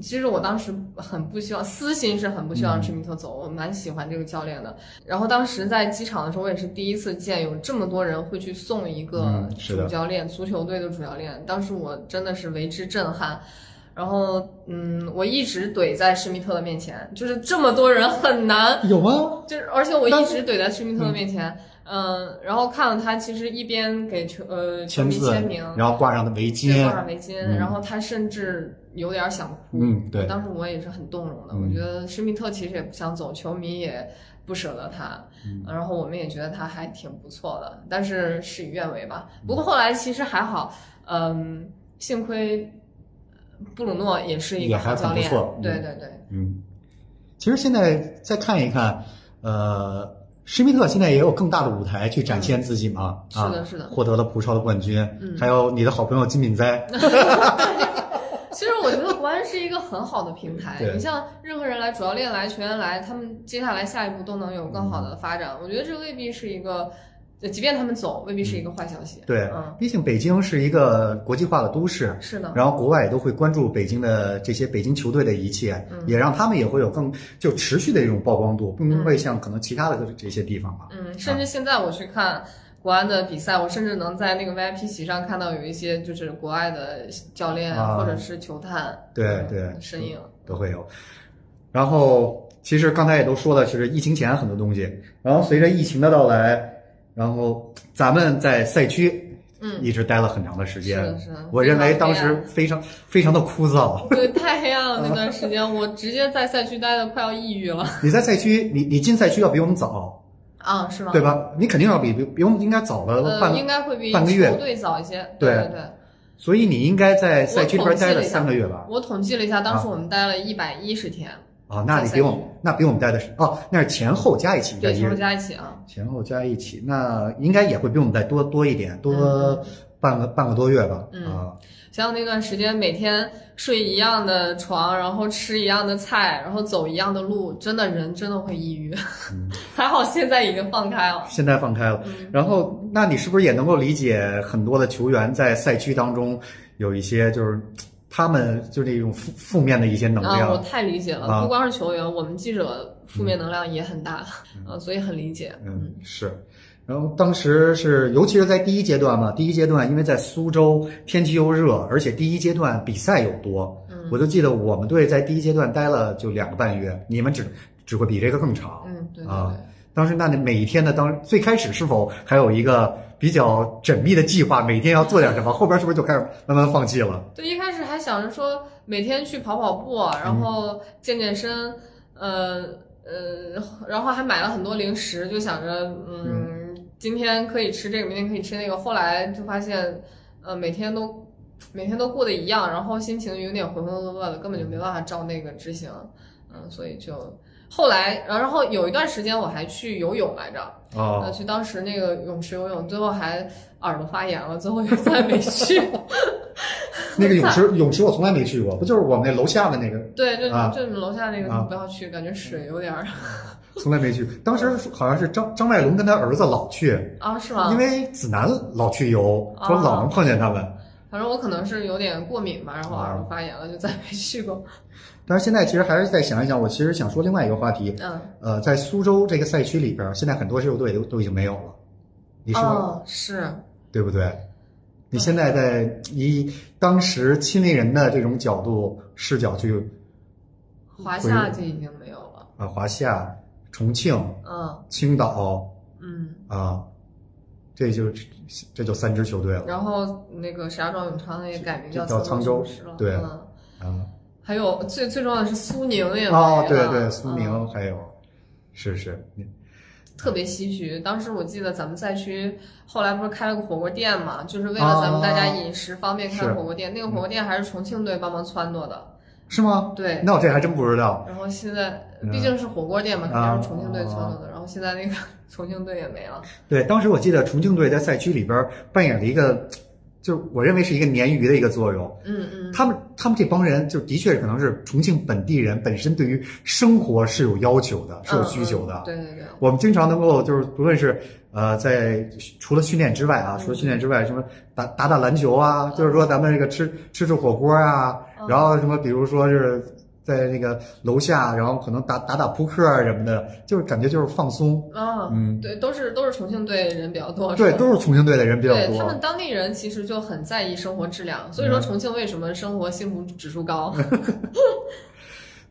[SPEAKER 2] 其实我当时很不希望，私心是很不
[SPEAKER 1] 嗯
[SPEAKER 2] 希望施密特走，我蛮喜欢这个教练的。然后当时在机场的时候，我也是第一次见有这么多人会去送一个
[SPEAKER 1] 嗯是的
[SPEAKER 2] 主教练，足球队的主教练，当时我真的是为之震撼。然后，嗯，我一直怼在施密特的面前，就是这么多人很难，
[SPEAKER 1] 有吗？
[SPEAKER 2] 就是而且我
[SPEAKER 1] 但
[SPEAKER 2] 一
[SPEAKER 1] 是
[SPEAKER 2] 直怼在施密特的面前，嗯、然后看了他其实一边给球呃球
[SPEAKER 1] 签
[SPEAKER 2] 迷
[SPEAKER 1] 字，
[SPEAKER 2] 签名，
[SPEAKER 1] 然后挂上的围
[SPEAKER 2] 对，
[SPEAKER 1] 巾
[SPEAKER 2] 挂，上围巾，
[SPEAKER 1] 嗯
[SPEAKER 2] 然后他甚至有点想哭。
[SPEAKER 1] 嗯对
[SPEAKER 2] 当时我也是很动容的。
[SPEAKER 1] 嗯
[SPEAKER 2] 我觉得施密特其实也不想走，球迷也不舍得他，
[SPEAKER 1] 嗯
[SPEAKER 2] 然后我们也觉得他还挺不错的，但是事与愿违吧。
[SPEAKER 1] 嗯
[SPEAKER 2] 不过后来其实还好，嗯，幸亏布鲁诺也是一
[SPEAKER 1] 也
[SPEAKER 2] 个
[SPEAKER 1] 还
[SPEAKER 2] 好
[SPEAKER 1] 很
[SPEAKER 2] 教
[SPEAKER 1] 不
[SPEAKER 2] 练，
[SPEAKER 1] 错嗯
[SPEAKER 2] 对对对，
[SPEAKER 1] 嗯，其实现在再看一看，呃，施密特现在也有更大的舞台去展现自己嘛，
[SPEAKER 2] 嗯
[SPEAKER 1] 啊
[SPEAKER 2] 是的是的
[SPEAKER 1] 获得了葡超的冠军，
[SPEAKER 2] 嗯
[SPEAKER 1] 还有你的好朋友金敏 哉，，
[SPEAKER 2] 其实我觉得国安是一个很好的平台
[SPEAKER 1] 对
[SPEAKER 2] 你像任何人来，主教练来，球员来，他们接下来下一步都能有更好的发展。我觉得这未必是一个呃即便他们走，未必是一个坏消息。
[SPEAKER 1] 对
[SPEAKER 2] 嗯，
[SPEAKER 1] 毕竟北京是一个国际化的都市，
[SPEAKER 2] 是的，
[SPEAKER 1] 然后国外也都会关注北京的这些北京球队的一切，
[SPEAKER 2] 嗯
[SPEAKER 1] 也让他们也会有更就持续的一种曝光度，并不会像可能其他的这些地方吧。
[SPEAKER 2] 嗯，甚至现在我去看国安的比赛，我甚至能在那个 VIP 席上看到有一些就是国外的教练
[SPEAKER 1] 啊
[SPEAKER 2] 或者是球探，
[SPEAKER 1] 对
[SPEAKER 2] 嗯
[SPEAKER 1] 对，
[SPEAKER 2] 身影。
[SPEAKER 1] 都会有。然后其实刚才也都说了，就是疫情前很多东西，然后随着疫情的到来，然后咱们在赛区
[SPEAKER 2] 嗯
[SPEAKER 1] 一直待了很长的时间，
[SPEAKER 2] 是的是的
[SPEAKER 1] 我认为当时非
[SPEAKER 2] 非
[SPEAKER 1] 常非常的枯 燥。
[SPEAKER 2] 对，太黑暗了那 段时间，我直接在赛区待的快要抑郁了。
[SPEAKER 1] 你在赛区，你你进赛区要比我们早，
[SPEAKER 2] 啊，是吗？
[SPEAKER 1] 对吧？你肯定要比比比我们应该早了半
[SPEAKER 2] 呃，，应该会比
[SPEAKER 1] 半个月
[SPEAKER 2] 球队早一些。
[SPEAKER 1] 对
[SPEAKER 2] 对对，
[SPEAKER 1] 所以你应该在赛区里边待
[SPEAKER 2] 我统计了
[SPEAKER 1] 了
[SPEAKER 2] 一下
[SPEAKER 1] 三个月吧？
[SPEAKER 2] 我统计了一下，当时我们待了一百一十天，
[SPEAKER 1] 啊，那你比我们那比我们待的是哦，那是前后加一起应该
[SPEAKER 2] 对，
[SPEAKER 1] 一
[SPEAKER 2] 全部
[SPEAKER 1] 日，
[SPEAKER 2] 加一起啊。
[SPEAKER 1] 前后加一起，那应该也会比我们再多多一点，多半个半个多月吧？
[SPEAKER 2] 嗯
[SPEAKER 1] 啊，
[SPEAKER 2] 想想那段时间，每天睡一样的床，然后吃一样的菜，然后走一样的路，真的人真的会抑郁。
[SPEAKER 1] 嗯
[SPEAKER 2] 还好现在已经放开了。
[SPEAKER 1] 现在放开了，
[SPEAKER 2] 嗯
[SPEAKER 1] 然后那你是不是也能够理解很多的球员在赛区当中有一些就是他们就是那种负负面的一些能
[SPEAKER 2] 啊，我
[SPEAKER 1] 量？
[SPEAKER 2] 太理解了，
[SPEAKER 1] 啊
[SPEAKER 2] 不光是球员，我们记者负面能量也很大，啊，所以很理解。
[SPEAKER 1] 嗯，是。然后当时是，尤其是在第一阶段嘛，第一阶段因为在苏州天气又热，而且第一阶段比赛又多，
[SPEAKER 2] 嗯
[SPEAKER 1] 我就记得我们队在第一阶段待了就两个半月，你们只只会比这个更长。
[SPEAKER 2] 嗯，对对对。
[SPEAKER 1] 啊当时那你每一天的当最开始是否还有一个比较缜密的计划，每天要做点什么？后边是不是就开始慢慢放弃了？
[SPEAKER 2] 对，一开始还想着说每天去跑跑步，然后健健身，呃呃，然后还买了很多零食，就想着嗯，今天可以吃这个，明天可以吃那个。后来就发现，呃，每天都每天都过得一样，然后心情有点浑浑噩噩的，根本就没办法照那个执行。嗯，所以就后来，然后有一段时间我还去游泳来着，
[SPEAKER 1] 哦
[SPEAKER 2] 呃，，去当时那个泳池游泳，最后还耳朵发炎了，最后也再没去。
[SPEAKER 1] 那个泳池泳池我从来没去过，不就是我们那楼下的那个，
[SPEAKER 2] 对，就
[SPEAKER 1] 啊
[SPEAKER 2] 就楼下那个
[SPEAKER 1] 啊
[SPEAKER 2] 不要去，感觉水有点 儿
[SPEAKER 1] 从来没去。当时好像是张张爱龙跟他儿子老去，
[SPEAKER 2] 啊，是吗？
[SPEAKER 1] 因为子楠老去游，说老能碰见他们。
[SPEAKER 2] 反正我可能是有点过敏吧，然
[SPEAKER 1] 啊
[SPEAKER 2] 后耳朵发炎了，就再没去过。
[SPEAKER 1] 但是现在其实还是再想一想，我其实想说另外一个话题，
[SPEAKER 2] 嗯，
[SPEAKER 1] 呃，在苏州这个赛区里边，现在很多球队都都已经没有了，你是不是
[SPEAKER 2] 哦，是，
[SPEAKER 1] 对不对？你现在在以当时亲历人的这种角度视角去
[SPEAKER 2] 华夏就已经没有了。
[SPEAKER 1] 啊，华夏、重庆、
[SPEAKER 2] 嗯
[SPEAKER 1] 青岛
[SPEAKER 2] 嗯，
[SPEAKER 1] 啊，这就这就三支球队了
[SPEAKER 2] 然后那个石家庄永昌也改名
[SPEAKER 1] 叫沧
[SPEAKER 2] 沧
[SPEAKER 1] 州
[SPEAKER 2] 雄狮了。
[SPEAKER 1] 对
[SPEAKER 2] 嗯，
[SPEAKER 1] 啊。
[SPEAKER 2] 还有最最重要的是苏宁也没了
[SPEAKER 1] 哦，对对，苏
[SPEAKER 2] 嗯
[SPEAKER 1] 宁还有，是是，你
[SPEAKER 2] 特别唏嘘。当时我记得咱们赛区后来不是开了个火锅店嘛，就是为了咱们大家饮食方便开
[SPEAKER 1] 哦是
[SPEAKER 2] 火锅店。那个火锅店还是重庆队帮忙撺掇的，
[SPEAKER 1] 是吗？
[SPEAKER 2] 对。
[SPEAKER 1] 那我这还真不知道。
[SPEAKER 2] 然后现在
[SPEAKER 1] 嗯
[SPEAKER 2] 毕竟是火锅店嘛，肯定是重庆队撺
[SPEAKER 1] 啊
[SPEAKER 2] 掇的。然后现在那个 重庆队也没了，
[SPEAKER 1] 对，当时我记得重庆队在赛区里边扮演了一个，就我认为是一个鲶鱼的一个作用。
[SPEAKER 2] 嗯嗯，
[SPEAKER 1] 他们他们这帮人就的确可能是重庆本地人，本身对于生活是有要求的，是有需求的。
[SPEAKER 2] 嗯嗯对对对，
[SPEAKER 1] 我们经常能够就是不论是呃在除了训练之外啊，除了训练之外，什么打打打篮球啊，就是说咱们这个吃吃吃火锅啊，
[SPEAKER 2] 嗯
[SPEAKER 1] 然后什么比如说是在那个楼下，然后可能打打打扑克啊什么的，就是感觉就是放松。
[SPEAKER 2] 啊，
[SPEAKER 1] 嗯，
[SPEAKER 2] 对，都是都是重庆队人比较多，
[SPEAKER 1] 对
[SPEAKER 2] 是，吧
[SPEAKER 1] 都是重庆队的人比较
[SPEAKER 2] 对他
[SPEAKER 1] 多嗯
[SPEAKER 2] 们。当地人其实就很在意生活质量，所以说重庆为什么生活幸福指数高？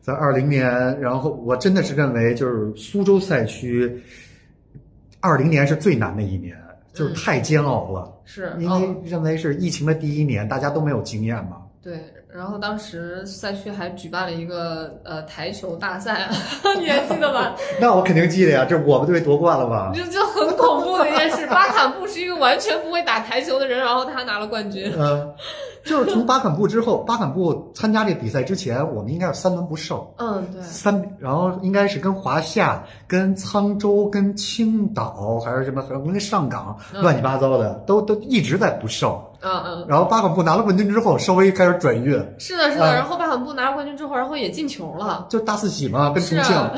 [SPEAKER 1] 在二零年，然后我真的是认为就是苏州赛区，二零年是最难的一年，就是太煎熬了，
[SPEAKER 2] 是，
[SPEAKER 1] 因
[SPEAKER 2] 嗯哦
[SPEAKER 1] 为认为是疫情的第一年，大家都没有经验嘛。
[SPEAKER 2] 对，然后当时赛区还举办了一个呃台球大赛，啊 你还记得吧？
[SPEAKER 1] 那我肯定记得呀，这我们队夺冠了吧？
[SPEAKER 2] 就就很恐怖的一件事。巴坎布是一个完全不会打台球的人，然后他拿了冠军。
[SPEAKER 1] 呃，就是从巴坎布之后，巴坎布参加这比赛之前，我们应该是三轮不胜，
[SPEAKER 2] 嗯，对，
[SPEAKER 1] 三，然后应该是跟华夏、跟沧州、跟青岛还是什么，还有跟上港，
[SPEAKER 2] 嗯
[SPEAKER 1] 乱七八糟的，都都一直在不胜。
[SPEAKER 2] 嗯嗯，
[SPEAKER 1] 然后巴坎布拿了冠军之后，稍微开始转运，
[SPEAKER 2] 是的，是的。
[SPEAKER 1] 嗯
[SPEAKER 2] 然后巴坎布拿了冠军之后，然后也进球了，
[SPEAKER 1] 就大四喜嘛，跟重庆啊，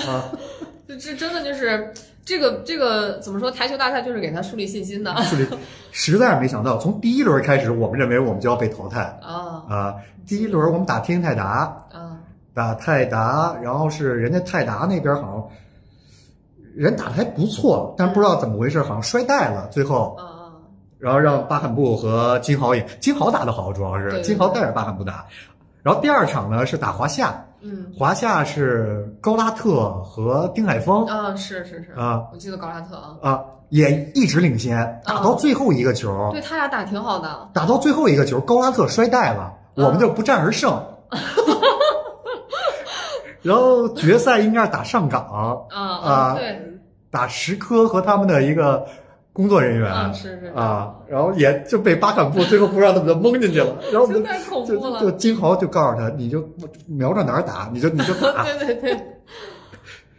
[SPEAKER 2] 就这真的就是这个这个怎么说？台球大赛就是给他树立信心的
[SPEAKER 3] 是 的，
[SPEAKER 1] 实在是没想到，从第一轮开始，我们认为我们就要被淘汰
[SPEAKER 2] 啊
[SPEAKER 1] 啊、第一轮我们打天泰达，
[SPEAKER 2] 啊！
[SPEAKER 1] 打泰达，然后是人家泰达那边好像人打的还不错，但不知道怎么回事，好像摔带了，最后
[SPEAKER 2] 啊啊！
[SPEAKER 1] 然后让巴坎布和金豪也金豪打得好，主要
[SPEAKER 2] 对
[SPEAKER 1] 是
[SPEAKER 2] 对
[SPEAKER 1] 金豪带着巴坎布打。然后第二场呢是打华夏，
[SPEAKER 2] 嗯
[SPEAKER 1] 华夏是高拉特和丁海峰
[SPEAKER 2] 啊，是是是，
[SPEAKER 1] 啊
[SPEAKER 2] 我记得高拉特啊，
[SPEAKER 1] 啊，也一直领先，打到最后一个球，
[SPEAKER 2] 哦对他俩打挺好的，啊
[SPEAKER 1] 打到最后一个球，高拉特摔带了，我
[SPEAKER 2] 嗯
[SPEAKER 1] 们就不战而胜。 然后决赛应该是打上港，
[SPEAKER 2] 啊
[SPEAKER 1] 啊
[SPEAKER 2] 对，
[SPEAKER 1] 打石科和他们的一个工作人员
[SPEAKER 2] 啊是是，
[SPEAKER 1] 啊，然后也就被巴坎布最后不知道怎么就蒙进去了，然后我
[SPEAKER 2] 真
[SPEAKER 1] 们
[SPEAKER 2] 太恐
[SPEAKER 1] 就
[SPEAKER 2] 怖
[SPEAKER 1] 就
[SPEAKER 2] 了，
[SPEAKER 1] 金豪就告诉他，你就瞄着哪儿打，你就你就 打。
[SPEAKER 2] 对对对，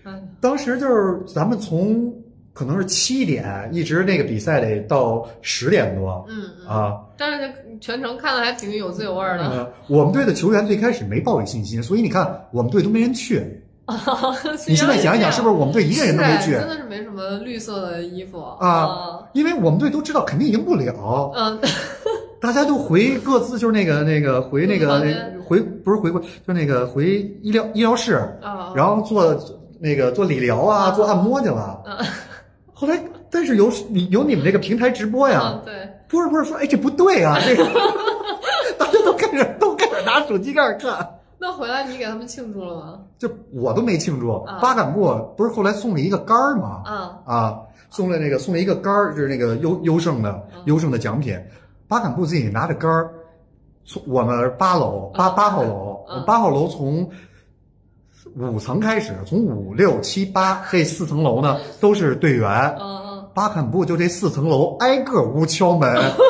[SPEAKER 2] 嗯
[SPEAKER 1] 当时就是咱们从可能是七点一直那个比赛得到十点多
[SPEAKER 2] 嗯嗯，
[SPEAKER 1] 啊。
[SPEAKER 2] 但是全程看的还挺有滋有味儿的，
[SPEAKER 1] 呃，我们队的球员最开始没抱有信心，所以你看我们队都没人去。嗯你现在想一想，是不
[SPEAKER 2] 是
[SPEAKER 1] 是我们队一个人都没
[SPEAKER 2] 是啊
[SPEAKER 1] 去
[SPEAKER 2] 真？的是没什么绿色的衣服
[SPEAKER 1] 啊，因为我们队都知道肯定赢不了，
[SPEAKER 2] 嗯
[SPEAKER 1] 大家都回各自就是那个那个回那
[SPEAKER 2] 回
[SPEAKER 1] 个
[SPEAKER 2] 房
[SPEAKER 1] 那
[SPEAKER 2] 间
[SPEAKER 1] 回不是回国，就那个回医疗医疗室，
[SPEAKER 2] 啊，
[SPEAKER 1] 然后做那个做理疗啊，
[SPEAKER 2] 啊
[SPEAKER 1] 做按摩去了
[SPEAKER 2] 嗯。
[SPEAKER 1] 后来，但是有你有你们这个平台直播呀，
[SPEAKER 2] 嗯对，
[SPEAKER 1] 不是不是说，哎，这不对啊，这个 大家都开始都开始拿手机开始看，
[SPEAKER 2] 那回来你给他们庆祝了吗？
[SPEAKER 1] 就我都没庆祝
[SPEAKER 2] 啊。
[SPEAKER 1] 巴坎布不是后来送了一个杆儿吗？
[SPEAKER 2] 啊
[SPEAKER 1] 啊，送了那个送了一个杆儿，就是那个优优胜的
[SPEAKER 2] 嗯
[SPEAKER 1] 优胜的奖品。巴坎布自己拿着杆儿，从我们八楼八
[SPEAKER 2] 嗯
[SPEAKER 1] 八号楼，
[SPEAKER 2] 嗯
[SPEAKER 1] 八号楼从五层开始，从五六七八这四层楼呢都是队员。
[SPEAKER 2] 嗯嗯，
[SPEAKER 1] 巴坎布就这四层楼挨个屋敲门，
[SPEAKER 2] 哦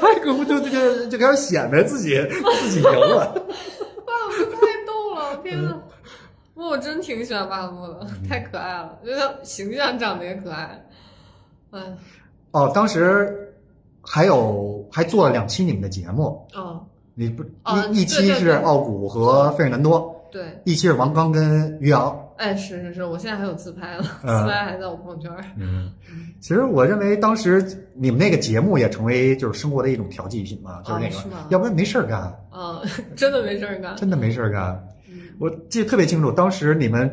[SPEAKER 1] 挨个屋就这个就开始显摆自己自己赢了。
[SPEAKER 2] 哇，我太逗了，天
[SPEAKER 1] 嗯
[SPEAKER 2] 呐！不过我真挺喜欢巴布的，太可爱了，觉得形象长得也可爱。哎，
[SPEAKER 1] 哦，当时还有还做了两期你们的节目，
[SPEAKER 2] 哦，
[SPEAKER 1] 你不
[SPEAKER 2] 啊
[SPEAKER 1] 一一
[SPEAKER 2] 对
[SPEAKER 1] 期
[SPEAKER 2] 对
[SPEAKER 1] 是
[SPEAKER 2] 对
[SPEAKER 1] 奥古和费尔南多，
[SPEAKER 2] 对，
[SPEAKER 1] 一期是王刚跟于洋。
[SPEAKER 2] 哎，是是是，我现在还有自拍了，
[SPEAKER 1] 嗯
[SPEAKER 2] 自拍还在我朋友圈儿。
[SPEAKER 1] 嗯， 其实我认为当时你们那个节目也成为就是生活的一种调剂品嘛，就是那
[SPEAKER 2] 哦是
[SPEAKER 1] 个，
[SPEAKER 2] 吗
[SPEAKER 1] 要不然没事儿干，
[SPEAKER 2] 啊， 真的没事儿干。
[SPEAKER 1] 真的没事儿干。
[SPEAKER 2] 嗯
[SPEAKER 1] 我记得特别清楚，当时你们。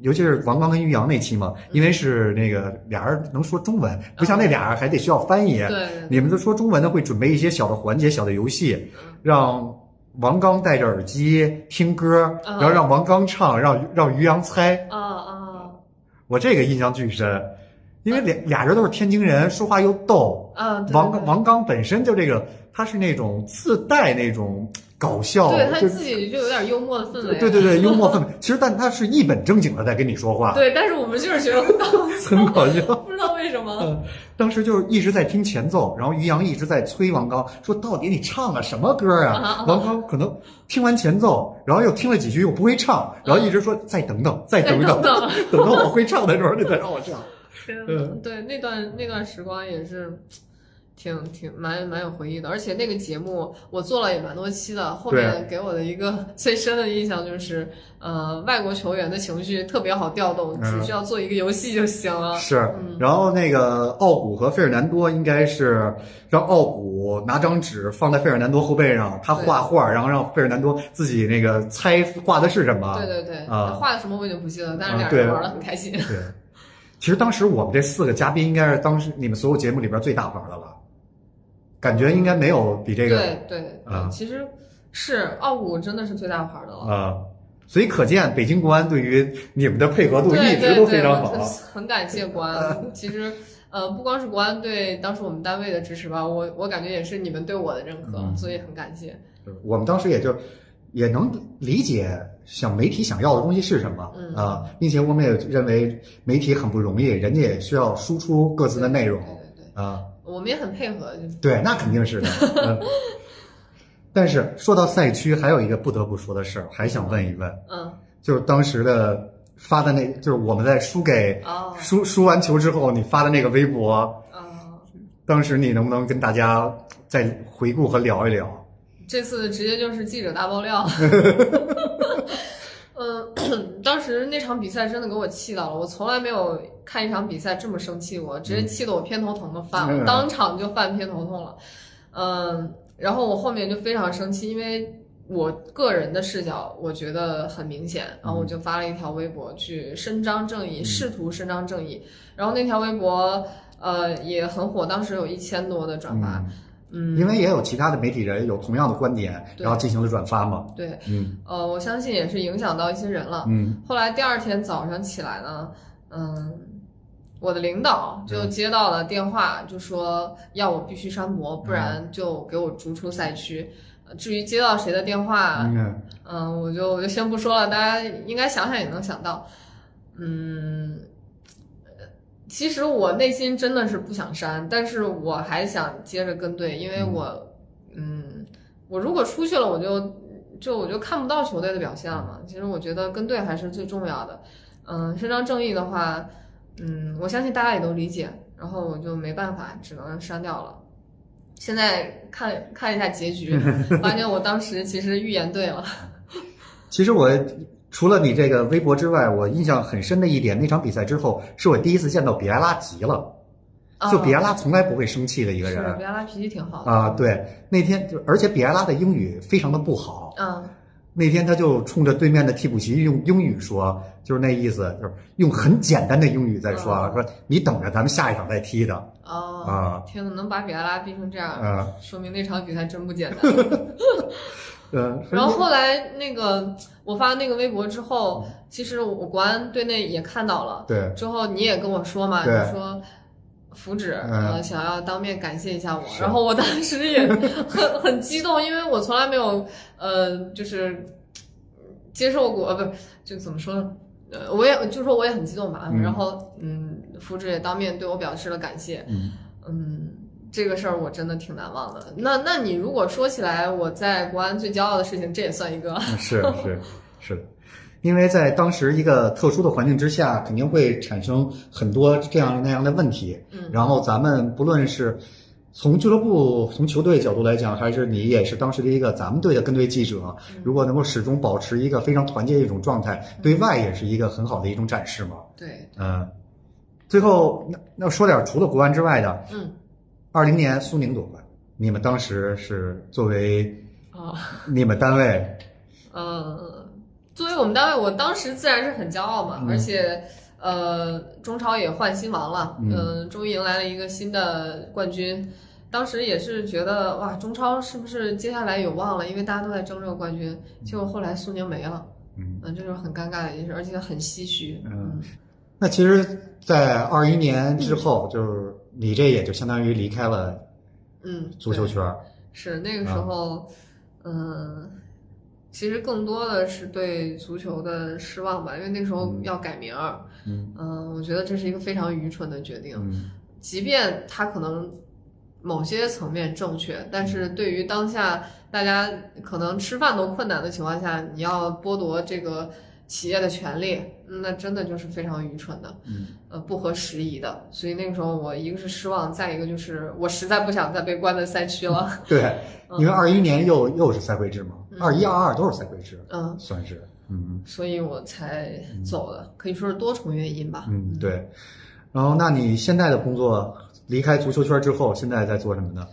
[SPEAKER 1] 尤其是王刚跟于洋那期嘛，因为
[SPEAKER 2] 嗯
[SPEAKER 1] 是那个俩人能说中文，不像那俩人还得需要翻译。
[SPEAKER 2] 对对对，
[SPEAKER 1] 你们都说中文的会准备一些小的环节、小的游戏，
[SPEAKER 2] 嗯
[SPEAKER 1] 让王刚戴着耳机听歌，
[SPEAKER 2] 嗯
[SPEAKER 1] 然后让王刚唱，让让于洋猜。
[SPEAKER 2] 啊啊
[SPEAKER 1] 我这个印象巨深，因为俩俩人都是天津人，说话又逗。
[SPEAKER 2] 啊！嗯对
[SPEAKER 1] 王
[SPEAKER 2] 对对
[SPEAKER 1] 王刚本身就这个，他是那种自带那种搞笑，
[SPEAKER 2] 对他
[SPEAKER 1] 就
[SPEAKER 2] 自己就有点幽默的氛围。
[SPEAKER 1] 对对对，幽默氛围。其实，但他是一本正经的在跟你说话，
[SPEAKER 2] 对，但是我们就是觉得 不到，
[SPEAKER 1] 很搞笑。
[SPEAKER 2] 不知道为什么。
[SPEAKER 1] 嗯当时就是一直在听前奏，然后于洋一直在催王刚说：“到底你唱了什么歌啊？”王刚可能听完前奏，然后又听了几句又不会唱，然后一直说：“再等等， 再等等，
[SPEAKER 2] 哎等
[SPEAKER 1] 等到我会唱的时候，你再让我唱。” 嗯
[SPEAKER 2] 对对，那段那段时光也是挺挺蛮蛮有回忆的，而且那个节目我做了也蛮多期的，后面给我的一个 最深的印象就是，呃，外国球员的情绪特别好调动，
[SPEAKER 1] 嗯
[SPEAKER 2] 只需要做一个游戏就行了。
[SPEAKER 1] 是
[SPEAKER 2] 嗯，
[SPEAKER 1] 然后那个奥古和费尔南多应该是让奥古拿张纸放在费尔南多后背上，他画画，然后让费尔南多自己那个猜画的是什么。
[SPEAKER 2] 对对对，
[SPEAKER 1] 啊
[SPEAKER 2] 画的什么我已经不记得，但是
[SPEAKER 1] 啊
[SPEAKER 2] 俩
[SPEAKER 1] 对
[SPEAKER 2] 人玩的很开心。
[SPEAKER 1] 对其实当时我们这四个嘉宾应该是当时你们所有节目里边最大牌的了，感觉应该没有比这个
[SPEAKER 2] 对对对、
[SPEAKER 1] 啊
[SPEAKER 2] 其实是奥古真的是最大牌的了，
[SPEAKER 1] 啊、所以可见北京国安对于你们的配合度一
[SPEAKER 2] 对
[SPEAKER 1] 直
[SPEAKER 2] 对
[SPEAKER 1] 都
[SPEAKER 2] 对，
[SPEAKER 1] 非常好啊
[SPEAKER 2] 我。真是很感谢国安。 其实，呃，不光是国安对当时我们单位的支持吧，我我感觉也是你们对我的认可，
[SPEAKER 1] 嗯
[SPEAKER 2] 所以很感谢。
[SPEAKER 1] 对我们当时也就也能理解想媒体想要的东西是什么，
[SPEAKER 2] 嗯
[SPEAKER 1] 啊，并且我们也认为媒体很不容易，人家也需要输出各自的内容
[SPEAKER 2] 对对对，
[SPEAKER 1] 啊，
[SPEAKER 2] 我们也很配合，就是
[SPEAKER 1] 对，那肯定是的。嗯 但是说到赛区，还有一个不得不说的事儿，还想问一问，
[SPEAKER 2] 嗯
[SPEAKER 1] 就是当时的发的那，就是我们在输给
[SPEAKER 2] 哦
[SPEAKER 1] 输输完球之后，你发的那个微博，
[SPEAKER 2] 啊、
[SPEAKER 1] 当时你能不能跟大家再回顾和聊一聊？
[SPEAKER 2] 这次直接就是记者大爆料。嗯，当时那场比赛真的给我气到了，我从来没有看一场比赛这么生气过，直接气得我偏头疼都犯了，
[SPEAKER 1] 嗯
[SPEAKER 2] 当场就犯偏头痛了。嗯，然后我后面就非常生气，因为我个人的视角，我觉得很明显，然
[SPEAKER 1] 嗯
[SPEAKER 2] 后我就发了一条微博去伸张正义，试图伸张正义。然后那条微博呃也很火，当时有一千多的转发。嗯，
[SPEAKER 1] 因为也有其他的媒体人有同样的观点，
[SPEAKER 2] 对
[SPEAKER 1] 然后进行了转发嘛。
[SPEAKER 2] 对，
[SPEAKER 1] 嗯
[SPEAKER 2] 呃，我相信也是影响到一些人了。
[SPEAKER 1] 嗯
[SPEAKER 2] 后来第二天早上起来呢，嗯，我的领导就接到了电话，就说要我必须删博，不然就给我逐出赛区。呃至于接到谁的电话，
[SPEAKER 1] 嗯，
[SPEAKER 2] 嗯，我就我就先不说了，大家应该想想也能想到。嗯，其实我内心真的是不想删，但是我还想接着跟队，因为我，嗯，我如果出去了，我就就我就看不到球队的表现了嘛。其实我觉得跟队还是最重要的。嗯，伸张正义的话，嗯，我相信大家也都理解，然后我就没办法，只能删掉了。现在看看一下结局，发现我当时其实预言对了。
[SPEAKER 1] 其实我除了你这个微博之外，我印象很深的一点，那场比赛之后，是我第一次见到比埃拉急了，就比埃拉从来不会生气的一个
[SPEAKER 2] 哦是
[SPEAKER 1] 人
[SPEAKER 2] 比埃拉脾气挺好的。
[SPEAKER 1] 啊。对，那天就而且比埃拉的英语非常的不好，
[SPEAKER 2] 嗯，
[SPEAKER 1] 那天他就冲着对面的替补席用英语说，就是那意思，就是用很简单的英语在说，啊，
[SPEAKER 2] 嗯
[SPEAKER 1] 说你等着咱们下一场再踢的
[SPEAKER 2] 哦
[SPEAKER 1] 啊，
[SPEAKER 2] 天呐，能把比埃拉逼成这样，
[SPEAKER 1] 啊
[SPEAKER 2] 说明那场比赛真不简 单。
[SPEAKER 1] 呃，
[SPEAKER 2] 然后后来那个我发那个微博之后，其实我国安队内也看到了，
[SPEAKER 1] 对，
[SPEAKER 2] 之后你也跟我说嘛，你
[SPEAKER 1] 对
[SPEAKER 2] 说。福祉，
[SPEAKER 1] 嗯
[SPEAKER 2] 呃，想要当面感谢一下我，
[SPEAKER 1] 是
[SPEAKER 2] 然后我当时也很很激动，因为我从来没有，呃，就是接受过，呃，不是，就怎么说呢，呃，我也就说我也很激动吧，
[SPEAKER 1] 嗯
[SPEAKER 2] 然后嗯，福祉也当面对我表示了感谢，
[SPEAKER 1] 嗯
[SPEAKER 2] 嗯，这个事儿我真的挺难忘的。那那你如果说起来，我在国安最骄傲的事情，这也算一个。
[SPEAKER 1] 是是是，因为在当时一个特殊的环境之下，肯定会产生很多这样那样的问题。
[SPEAKER 2] 嗯
[SPEAKER 1] 然后咱们不论是从俱乐部、从球队角度来讲，还是你也是当时的一个咱们队的跟队记者，
[SPEAKER 2] 嗯
[SPEAKER 1] 如果能够始终保持一个非常团结的一种状态，对外也是一个很好的一种展示嘛。
[SPEAKER 2] 对，
[SPEAKER 1] 嗯，最后那那说点除了国安之外的，
[SPEAKER 2] 嗯
[SPEAKER 1] 二零年苏宁夺冠，你们当时是作为
[SPEAKER 2] 啊，
[SPEAKER 1] 你们单位，
[SPEAKER 2] 呃，作为我们单位，我当时自然是很骄傲嘛，
[SPEAKER 1] 嗯
[SPEAKER 2] 而且。呃，中超也换新王了，
[SPEAKER 1] 嗯
[SPEAKER 2] 呃终于迎来了一个新的冠军。当时也是觉得哇，中超是不是接下来有望了？因为大家都在争这个冠军，结果后来苏宁没了，
[SPEAKER 1] 嗯
[SPEAKER 2] 嗯、这就是很尴尬的一件事，而且很唏嘘。
[SPEAKER 1] 嗯，那其实，在二一年之后，就是你这也就相当于离开了
[SPEAKER 2] 嗯，
[SPEAKER 1] 足球
[SPEAKER 2] 对
[SPEAKER 1] 圈儿，
[SPEAKER 2] 是那个时候，嗯，其实更多的是对足球的失望吧，因为那时候要改名儿，
[SPEAKER 1] 嗯
[SPEAKER 2] 嗯，我觉得这是一个非常愚蠢的决定，
[SPEAKER 1] 嗯
[SPEAKER 2] 即便它可能某些层面正确，但是
[SPEAKER 1] 嗯
[SPEAKER 2] 对于当下大家可能吃饭都困难的情况下，你要剥夺这个企业的权利，嗯那真的就是非常愚蠢的。
[SPEAKER 1] 嗯，
[SPEAKER 2] 呃不合时宜的，所以那个时候我一个是失望，再一个就是我实在不想再被关在赛区了。
[SPEAKER 1] 对，
[SPEAKER 2] 嗯
[SPEAKER 1] 因为二一年又又是赛会制嘛，
[SPEAKER 2] 嗯
[SPEAKER 1] 二一二二都是赛会制，
[SPEAKER 2] 嗯，
[SPEAKER 1] 算是，嗯
[SPEAKER 2] 所以我才走的，可以说是多重原因吧。
[SPEAKER 1] 嗯，对。然后，那你现在的工作，离开足球圈之后，现在在做什么呢？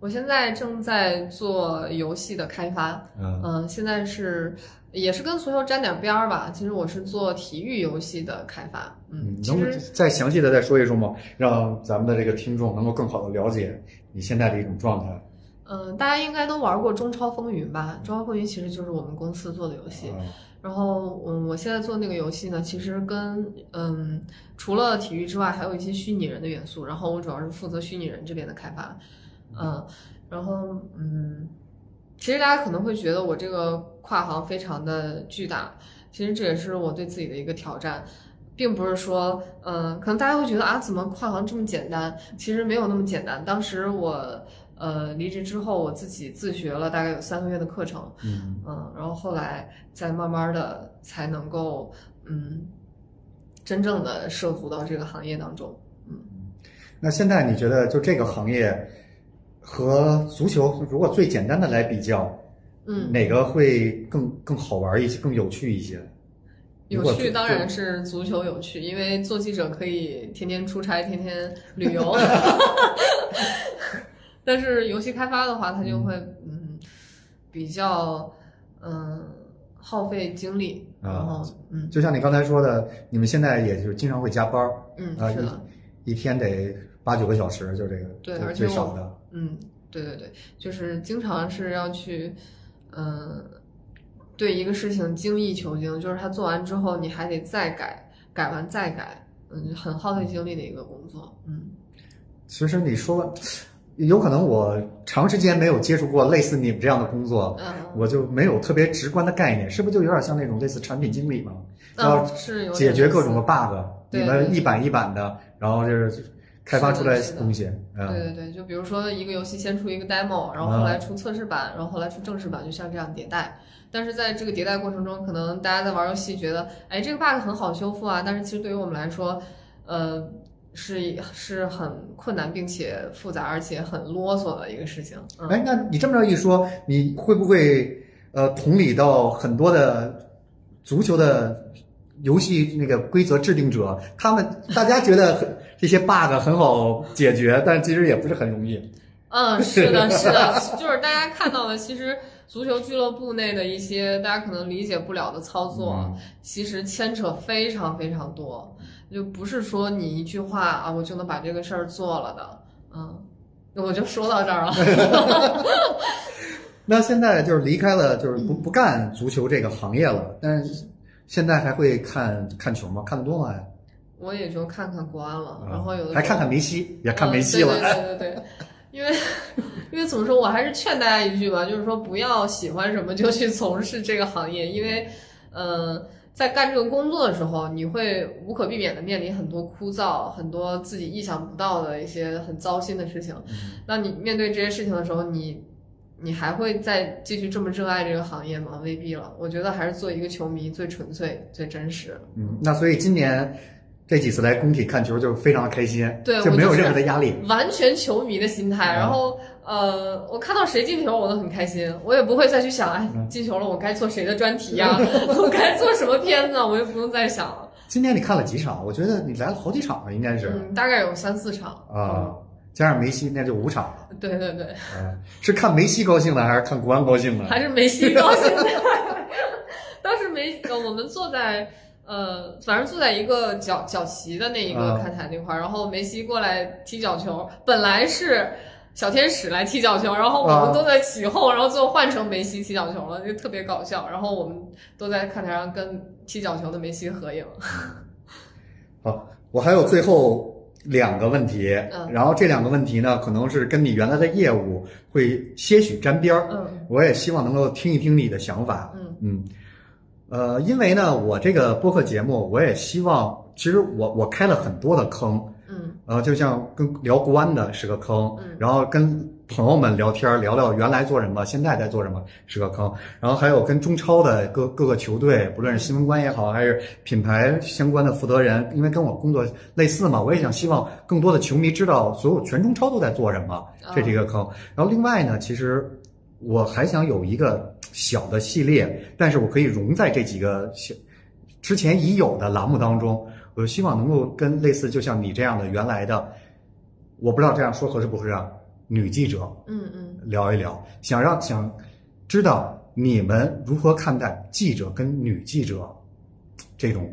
[SPEAKER 2] 我现在正在做游戏的开发，
[SPEAKER 1] 嗯
[SPEAKER 2] 嗯，现在是也是跟足球沾点边儿吧。其实我是做体育游戏的开发，嗯，其
[SPEAKER 1] 能不
[SPEAKER 2] 实
[SPEAKER 1] 能再详细的再说一说吗？让咱们的这个听众能够更好的了解你现在的一种状态。
[SPEAKER 2] 嗯、大家应该都玩过《中超风云》吧？《中超风云》其实就是我们公司做的游戏，
[SPEAKER 1] 嗯
[SPEAKER 2] 然后，嗯，我现在做那个游戏呢，其实跟嗯，除了体育之外，还有一些虚拟人的元素。然后我主要是负责虚拟人这边的开发，嗯，然后嗯，其实大家可能会觉得我这个跨行非常的巨大，其实这也是我对自己的一个挑战，并不是说，嗯，可能大家会觉得啊，怎么跨行这么简单？其实没有那么简单。当时我呃离职之后，我自己自学了大概有三个月的课程。
[SPEAKER 1] 嗯
[SPEAKER 2] 嗯，然后后来再慢慢的才能够，嗯，真正的涉足到这个行业当中。
[SPEAKER 1] 那现在你觉得就这个行业和足球，如果最简单的来比较，
[SPEAKER 2] 嗯，
[SPEAKER 1] 哪个会更更好玩一些、更有趣一些？
[SPEAKER 2] 有
[SPEAKER 1] 如果
[SPEAKER 2] 趣
[SPEAKER 1] 就
[SPEAKER 2] 当然是足球有趣，因为做记者可以天天出差，天天 旅游。但是游戏开发的话，它就会嗯比较嗯耗费精力，
[SPEAKER 1] 啊
[SPEAKER 2] 然后嗯
[SPEAKER 1] 就像你刚才说的，你们现在也就是经常会加班儿，
[SPEAKER 2] 嗯
[SPEAKER 1] 啊
[SPEAKER 2] 是的，
[SPEAKER 1] 一天得八九个小时，就这个
[SPEAKER 2] 对
[SPEAKER 1] 就
[SPEAKER 2] 而且
[SPEAKER 1] 最
[SPEAKER 2] 我
[SPEAKER 1] 少的。
[SPEAKER 2] 嗯对对对，就是经常是要去嗯对一个事情精益求精，就是它做完之后你还得再改，改完再改，嗯很耗费精力的一个工作，嗯
[SPEAKER 1] 其实你说，有可能我长时间没有接触过类似你们这样的工作，
[SPEAKER 2] 嗯。
[SPEAKER 1] 哦我就没有特别直观的概念，是不是就有点像那种类似产品经理嘛？要
[SPEAKER 2] 嗯、是有
[SPEAKER 1] 解
[SPEAKER 2] 点
[SPEAKER 1] 决
[SPEAKER 2] 类
[SPEAKER 1] 各
[SPEAKER 2] 似
[SPEAKER 1] 种的 bug，
[SPEAKER 2] 对
[SPEAKER 1] 你
[SPEAKER 2] 对
[SPEAKER 1] 们
[SPEAKER 2] 对
[SPEAKER 1] 一版一版的，然后就是开发出来
[SPEAKER 2] 是的
[SPEAKER 1] 东西，
[SPEAKER 2] 对
[SPEAKER 1] 嗯，
[SPEAKER 2] 对对，就比如说一个游戏先出一个 demo，然后后来出测试版，然后后来出正式版，就像这样迭代。但是在这个迭代过程中，可能大家在玩游戏觉得，哎，这个 bug 很好修复啊，但是其实对于我们来说，呃，是是很困难并且复杂，而且很啰嗦的一个事情。嗯，
[SPEAKER 1] 哎，那你这么着一说，你会不会呃同理到很多的足球的游戏那个规则制定者，他们大家觉得很这些 bug 很好解决，但其实也不是很容易。
[SPEAKER 2] 嗯，是的，是的， 就是大家看到的，其实足球俱乐部内的一些大家可能理解不了的操作，
[SPEAKER 1] 嗯
[SPEAKER 2] 其实牵扯非常非常多，就不是说你一句话啊，我就能把这个事儿做了的。嗯，那我就说到这儿了。
[SPEAKER 1] 那现在就是离开了，就是
[SPEAKER 2] 嗯
[SPEAKER 1] 不不干足球这个行业了，但是现在还会看看球吗？看得多吗？
[SPEAKER 2] 我也就看看国安了，然后有的时候
[SPEAKER 1] 还嗯看看梅西，也看梅西了。
[SPEAKER 2] 嗯对对对对对，因为因为怎么说，我还是劝大家一句吧，就是说不要喜欢什么就去从事这个行业，因为呃，在干这个工作的时候，你会无可避免的面临很多枯燥、很多自己意想不到的一些很糟心的事情。
[SPEAKER 1] 嗯
[SPEAKER 2] 那你面对这些事情的时候，你。你还会再继续这么热爱这个行业吗？未必了。我觉得还是做一个球迷最纯粹、最真实。
[SPEAKER 1] 嗯，那所以今年这几次来工体看球就非常开心，
[SPEAKER 2] 对
[SPEAKER 1] 就
[SPEAKER 2] 我
[SPEAKER 1] 没有
[SPEAKER 2] 就是
[SPEAKER 1] 任何的压力。
[SPEAKER 2] 完全球迷的心
[SPEAKER 1] 嗯
[SPEAKER 2] 态。然后呃，我看到谁进球我都很开心，我也不会再去想，哎，
[SPEAKER 1] 嗯
[SPEAKER 2] 进球了我该做谁的专题呀、 我该做什么片子啊，我也不用再想了。
[SPEAKER 1] 今天你看了几场？我觉得你来了好几场啊了，应该是
[SPEAKER 2] 嗯，大概有三四场
[SPEAKER 1] 啊，加上梅西那就五 场了。
[SPEAKER 2] 嗯对对对，
[SPEAKER 1] 啊是看梅西高兴呢，还是看国安高兴呢？
[SPEAKER 2] 还是梅西高兴 的。当时梅，呃我们坐在呃，反正坐在一个角角旗的那一个
[SPEAKER 1] 啊
[SPEAKER 2] 看台那块儿，然后梅西过来踢角球，本来是。小天使来踢角球，然后我们
[SPEAKER 1] 啊
[SPEAKER 2] 都在起哄，然后最后换成梅西踢角球了，就特别搞笑。然后我们都在看台上跟踢角球的梅西合影。
[SPEAKER 1] 好，我还有最后两个问题，
[SPEAKER 2] 嗯
[SPEAKER 1] 然后这两个问题呢，可能是跟你原来的业务会些许沾边儿。
[SPEAKER 2] 嗯
[SPEAKER 1] 我也希望能够听一听你的想法。
[SPEAKER 2] 嗯
[SPEAKER 1] 嗯，呃，因为呢，我这个播客节目，我也希望，其实我我开了很多的坑，
[SPEAKER 2] 嗯
[SPEAKER 1] 呃，就像跟聊国安的是个坑，
[SPEAKER 2] 嗯
[SPEAKER 1] 然后跟朋友们聊天儿聊聊原来做什么，现在在做什么是个坑，然后还有跟中超的各各个球队，不论是新闻官也好，还是品牌相关的负责人，因为跟我工作类似嘛，我也想希望更多的球迷知道所有全中超都在做什么，这是一个坑。然后另外呢，其实我还想有一个小的系列，但是我可以融在这几个小之前已有的栏目当中。我希望能够跟类似就像你这样的原来的，我不知道这样说合适不合适啊，女记者
[SPEAKER 2] 嗯嗯
[SPEAKER 1] 聊一聊，想让想知道你们如何看待记者跟女记者这种。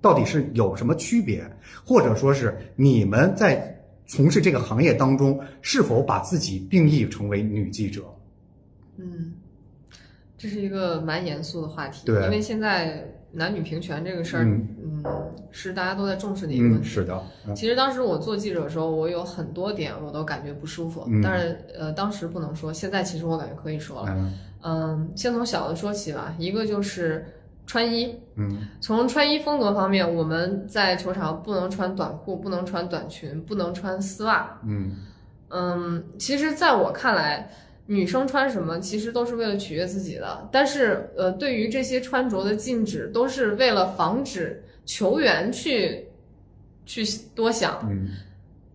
[SPEAKER 1] 到底是有什么区别，或者说是你们在从事这个行业当中，是否把自己定义成为女记者？
[SPEAKER 2] 嗯，这是一个蛮严肃的话题，
[SPEAKER 1] 对
[SPEAKER 2] 因为现在男女平权这个事儿，嗯是大家都在重视的一个问
[SPEAKER 1] 嗯，
[SPEAKER 2] 题。
[SPEAKER 1] 是的，嗯
[SPEAKER 2] 其实当时我做记者的时候，我有很多点我都感觉不舒服，
[SPEAKER 1] 嗯
[SPEAKER 2] 但是呃，当时不能说，现在其实我感觉可以说了。
[SPEAKER 1] 嗯
[SPEAKER 2] 嗯，先从小的说起吧，一个就是穿衣，
[SPEAKER 1] 嗯
[SPEAKER 2] 从穿衣风格方面，我们在球场不能穿短裤，不能穿短裙，不能穿丝袜。
[SPEAKER 1] 嗯
[SPEAKER 2] 嗯，其实在我看来。女生穿什么其实都是为了取悦自己的，但是呃，对于这些穿着的禁止，都是为了防止球员去去多想，
[SPEAKER 1] 嗯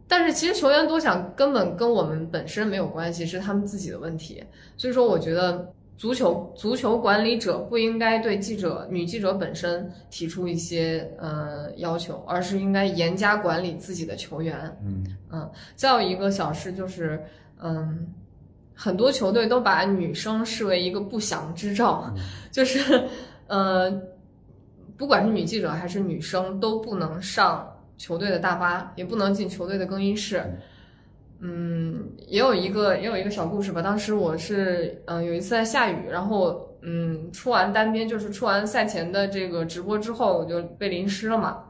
[SPEAKER 2] 但是其实球员多想根本跟我们本身没有关系，是他们自己的问题。所以说，我觉得足球足球管理者不应该对记者女记者本身提出一些呃要求，而是应该严加管理自己的球员。
[SPEAKER 1] 嗯
[SPEAKER 2] 嗯，再有一个小事就是，嗯，很多球队都把女生视为一个不祥之兆，就是呃，不管是女记者还是女生，都不能上球队的大巴，也不能进球队的更衣室。嗯，也有一个也有一个小故事吧。当时我是嗯、呃有一次在下雨，然后嗯出完单边就是出完赛前的这个直播之后，我就被淋湿了嘛。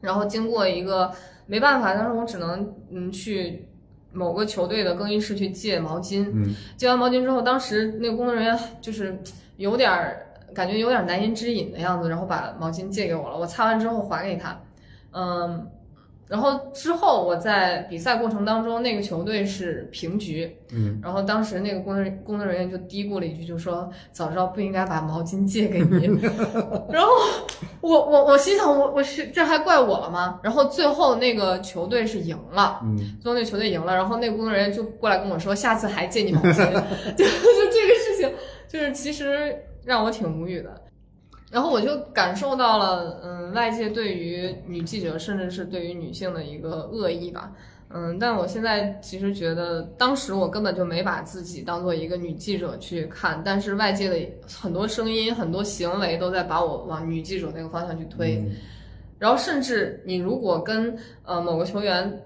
[SPEAKER 2] 然后经过一个没办法，当时我只能嗯去某个球队的更衣室去借毛巾。
[SPEAKER 1] 嗯，
[SPEAKER 2] 借完毛巾之后，当时那个工作人员就是有点儿感觉有点难言之隐的样子，然后把毛巾借给我了。我擦完之后还给他，嗯，然后之后我在比赛过程当中，那个球队是平局，
[SPEAKER 1] 嗯，
[SPEAKER 2] 然后当时那个工作工作人员就嘀咕了一句，就说早知道不应该把毛巾借给你。然后我我我心想，我我是这还怪我了吗？然后最后那个球队是赢了。
[SPEAKER 1] 嗯，
[SPEAKER 2] 最后那球队赢了，然后那个工作人员就过来跟我说，下次还借你毛巾， 就就这个事情，就是其实让我挺无语的。然后我就感受到了，嗯，外界对于女记者，甚至是对于女性的一个恶意吧，嗯，但我现在其实觉得，当时我根本就没把自己当做一个女记者去看，但是外界的很多声音、很多行为都在把我往女记者那个方向去推，
[SPEAKER 1] 嗯
[SPEAKER 2] 然后甚至你如果跟呃某个球员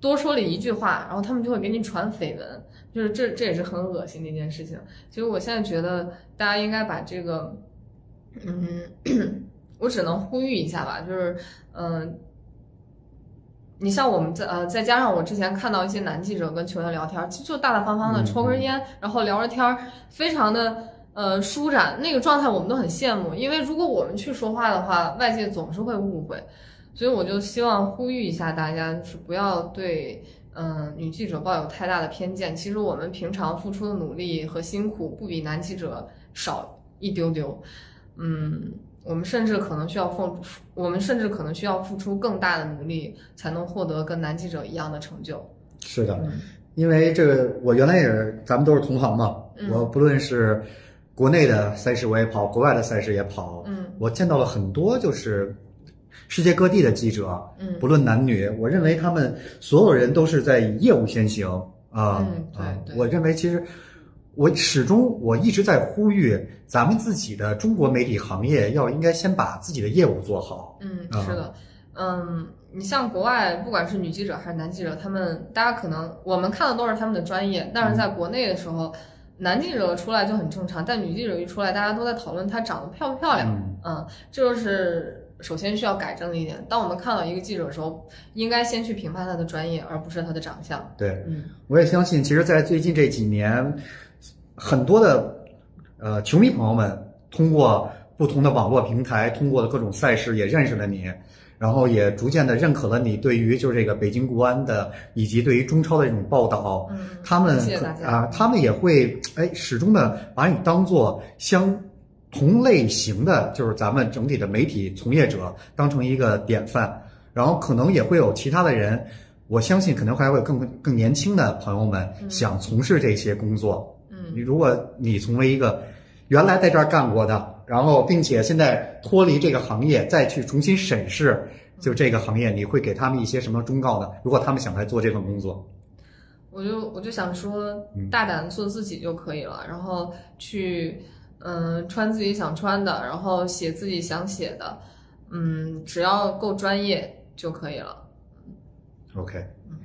[SPEAKER 2] 多说了一句话，然后他们就会给你传绯闻，就是这这也是很恶心的一件事情。其实我现在觉得大家应该把这个，嗯，我只能呼吁一下吧，就是嗯、呃你像我们在呃，再加上我之前看到一些男记者跟球员聊天，其实就大大方方的
[SPEAKER 1] 嗯
[SPEAKER 2] 抽根烟，然后聊着天儿，非常的呃舒展，那个状态我们都很羡慕。因为如果我们去说话的话，外界总是会误会，所以我就希望呼吁一下大家，就是不要对嗯、呃女记者抱有太大的偏见。其实我们平常付出的努力和辛苦不比男记者少一丢丢，嗯。我们甚至可能需要付出，我们甚至可能需要付出更大的努力，才能获得跟男记者一样的成就。
[SPEAKER 1] 是的，
[SPEAKER 2] 嗯
[SPEAKER 1] 因为这个我原来也是，咱们都是同行嘛，
[SPEAKER 2] 嗯
[SPEAKER 1] 我不论是国内的赛事我也跑，国外的赛事也跑，
[SPEAKER 2] 嗯
[SPEAKER 1] 我见到了很多就是世界各地的记者，
[SPEAKER 2] 嗯
[SPEAKER 1] 不论男女，我认为他们所有人都是在以业务先行啊
[SPEAKER 2] 嗯对
[SPEAKER 1] 啊
[SPEAKER 2] 对！
[SPEAKER 1] 我认为其实我始终我一直在呼吁咱们自己的中国媒体行业要应该先把自己的业务做好。
[SPEAKER 2] 嗯，
[SPEAKER 1] 啊
[SPEAKER 2] 是的，嗯，你像国外，不管是女记者还是男记者，他们大家可能我们看的都是他们的专业，但是在
[SPEAKER 1] 嗯
[SPEAKER 2] 国内的时候，男记者出来就很正常，但女记者一出来，大家都在讨论她长得漂不漂亮。
[SPEAKER 1] 嗯
[SPEAKER 2] 嗯，这就是首先需要改正的一点。当我们看到一个记者的时候，应该先去评判他的专业，而不是他的长相。
[SPEAKER 1] 对，
[SPEAKER 2] 嗯
[SPEAKER 1] 我也相信，其实，在最近这几年，很多的呃球迷朋友们通过不同的网络平台，通过各种赛事也认识了你，然后也逐渐的认可了你对于就这个北京国安的以及对于中超的这种报道。
[SPEAKER 2] 嗯，
[SPEAKER 1] 他们
[SPEAKER 2] 谢谢
[SPEAKER 1] 可
[SPEAKER 2] 大家
[SPEAKER 1] 啊、他们也会哎，始终的把你当做相同类型的，就是咱们整体的媒体从业者，当成一个典范。然后可能也会有其他的人，我相信可能还会有更更年轻的朋友们
[SPEAKER 2] 嗯
[SPEAKER 1] 想从事这些工作。你
[SPEAKER 2] 嗯
[SPEAKER 1] 如果你成为一个原来在这儿干过的，然后并且现在脱离这个行业，再去重新审视就这个行业，你会给他们一些什么忠告呢？如果他们想来做这份工作，
[SPEAKER 2] 我就我就想说
[SPEAKER 1] 嗯，
[SPEAKER 2] 大胆做自己就可以了，然后去嗯、穿自己想穿的，然后写自己想写的，嗯，只要够专业就可以了。
[SPEAKER 1] OK，
[SPEAKER 2] 嗯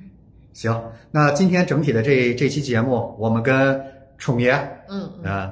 [SPEAKER 1] 行，那今天整体的这这期节目，我们跟宠爷
[SPEAKER 2] 嗯嗯
[SPEAKER 1] 呃，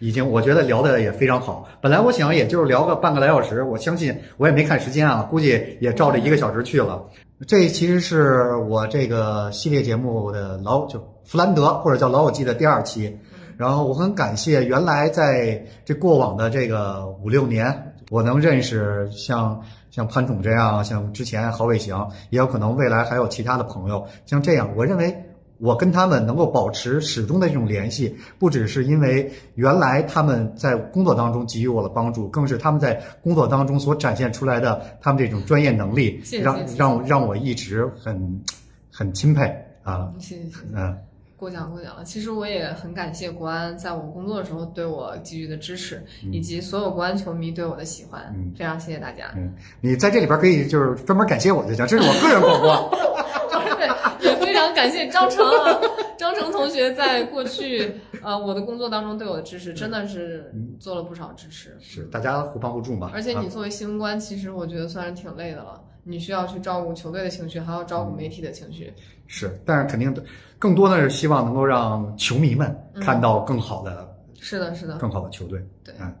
[SPEAKER 1] 已经我觉得聊的也非常好。本来我想也就是聊个半个来小时，我相信我也没看时间啊，估计也照着一个小时去了。这其实是我这个系列节目的老就弗兰德或者叫老友记的第二期。
[SPEAKER 2] 嗯
[SPEAKER 1] 然后我很感谢原来在这过往的这个五六年，我能认识像像潘总这样，像之前郝伟翔，也有可能未来还有其他的朋友像这样，我认为。我跟他们能够保持始终的这种联系，不只是因为原来他们在工作当中给予我的帮助，更是他们在工作当中所展现出来的他们这种专业能力
[SPEAKER 2] 谢，谢
[SPEAKER 1] 让
[SPEAKER 2] 谢谢
[SPEAKER 1] 让我让我一直很很钦佩啊。
[SPEAKER 2] 嗯，谢谢谢谢。
[SPEAKER 1] 嗯，
[SPEAKER 2] 过奖过奖了。其实我也很感谢国安在我工作的时候对我给予的支持，以及所有国安球迷对我的喜欢
[SPEAKER 1] 嗯，
[SPEAKER 2] 非常谢谢大家。
[SPEAKER 1] 嗯，你在这里边可以就是专门感谢我就行，这是我个人广播。
[SPEAKER 2] 对，也非常感谢张成啊，张成同学在过去呃我的工作当中对我的支持，真的是做了不少支持。
[SPEAKER 1] 是，大家互帮互助嘛。
[SPEAKER 2] 而且
[SPEAKER 1] 啊
[SPEAKER 2] 你作为新闻官，其实我觉得算是挺累的了。你需要去照顾球队的情绪，还要照顾媒体的情绪。
[SPEAKER 1] 是，但是肯定的更多的是希望能够让球迷们看到更好的、
[SPEAKER 2] 是的，是的，
[SPEAKER 1] 更好的球队。
[SPEAKER 2] 嗯对
[SPEAKER 1] 嗯，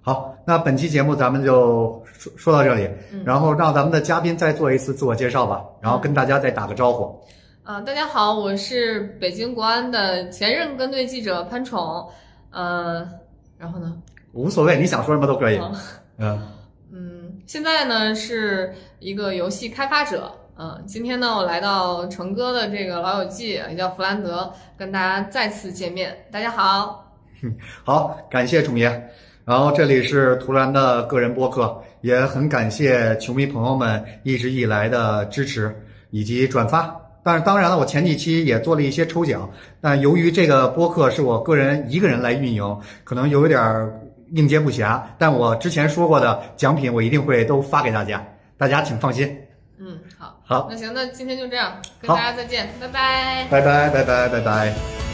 [SPEAKER 1] 好，那本期节目咱们就说说到这里，
[SPEAKER 2] 嗯
[SPEAKER 1] 然后让咱们的嘉宾再做一次自我介绍吧，然后跟大家再打个招呼。
[SPEAKER 2] 啊、大家好，我是北京国安的前任跟队记者潘宠。呃，然后呢？
[SPEAKER 1] 无所谓，你想说什么都可以。
[SPEAKER 2] 好
[SPEAKER 1] 嗯，
[SPEAKER 2] 嗯，现在呢是一个游戏开发者。嗯，今天呢，我来到成哥的这个《老友记》，也叫弗兰德，跟大家再次见面。大家好，
[SPEAKER 1] 好，感谢宠爷。然后这里是图兰的个人播客，也很感谢球迷朋友们一直以来的支持以及转发。但是当然了，我前几期也做了一些抽奖，但由于这个播客是我个人一个人来运营，可能有一点儿应接不暇。但我之前说过的奖品，我一定会都发给大家，大家请放心。
[SPEAKER 2] 嗯，好，
[SPEAKER 1] 好，
[SPEAKER 2] 那行，那今天就这样，跟
[SPEAKER 1] 好
[SPEAKER 2] 大家再见，拜拜。
[SPEAKER 1] 拜拜，拜拜，拜拜。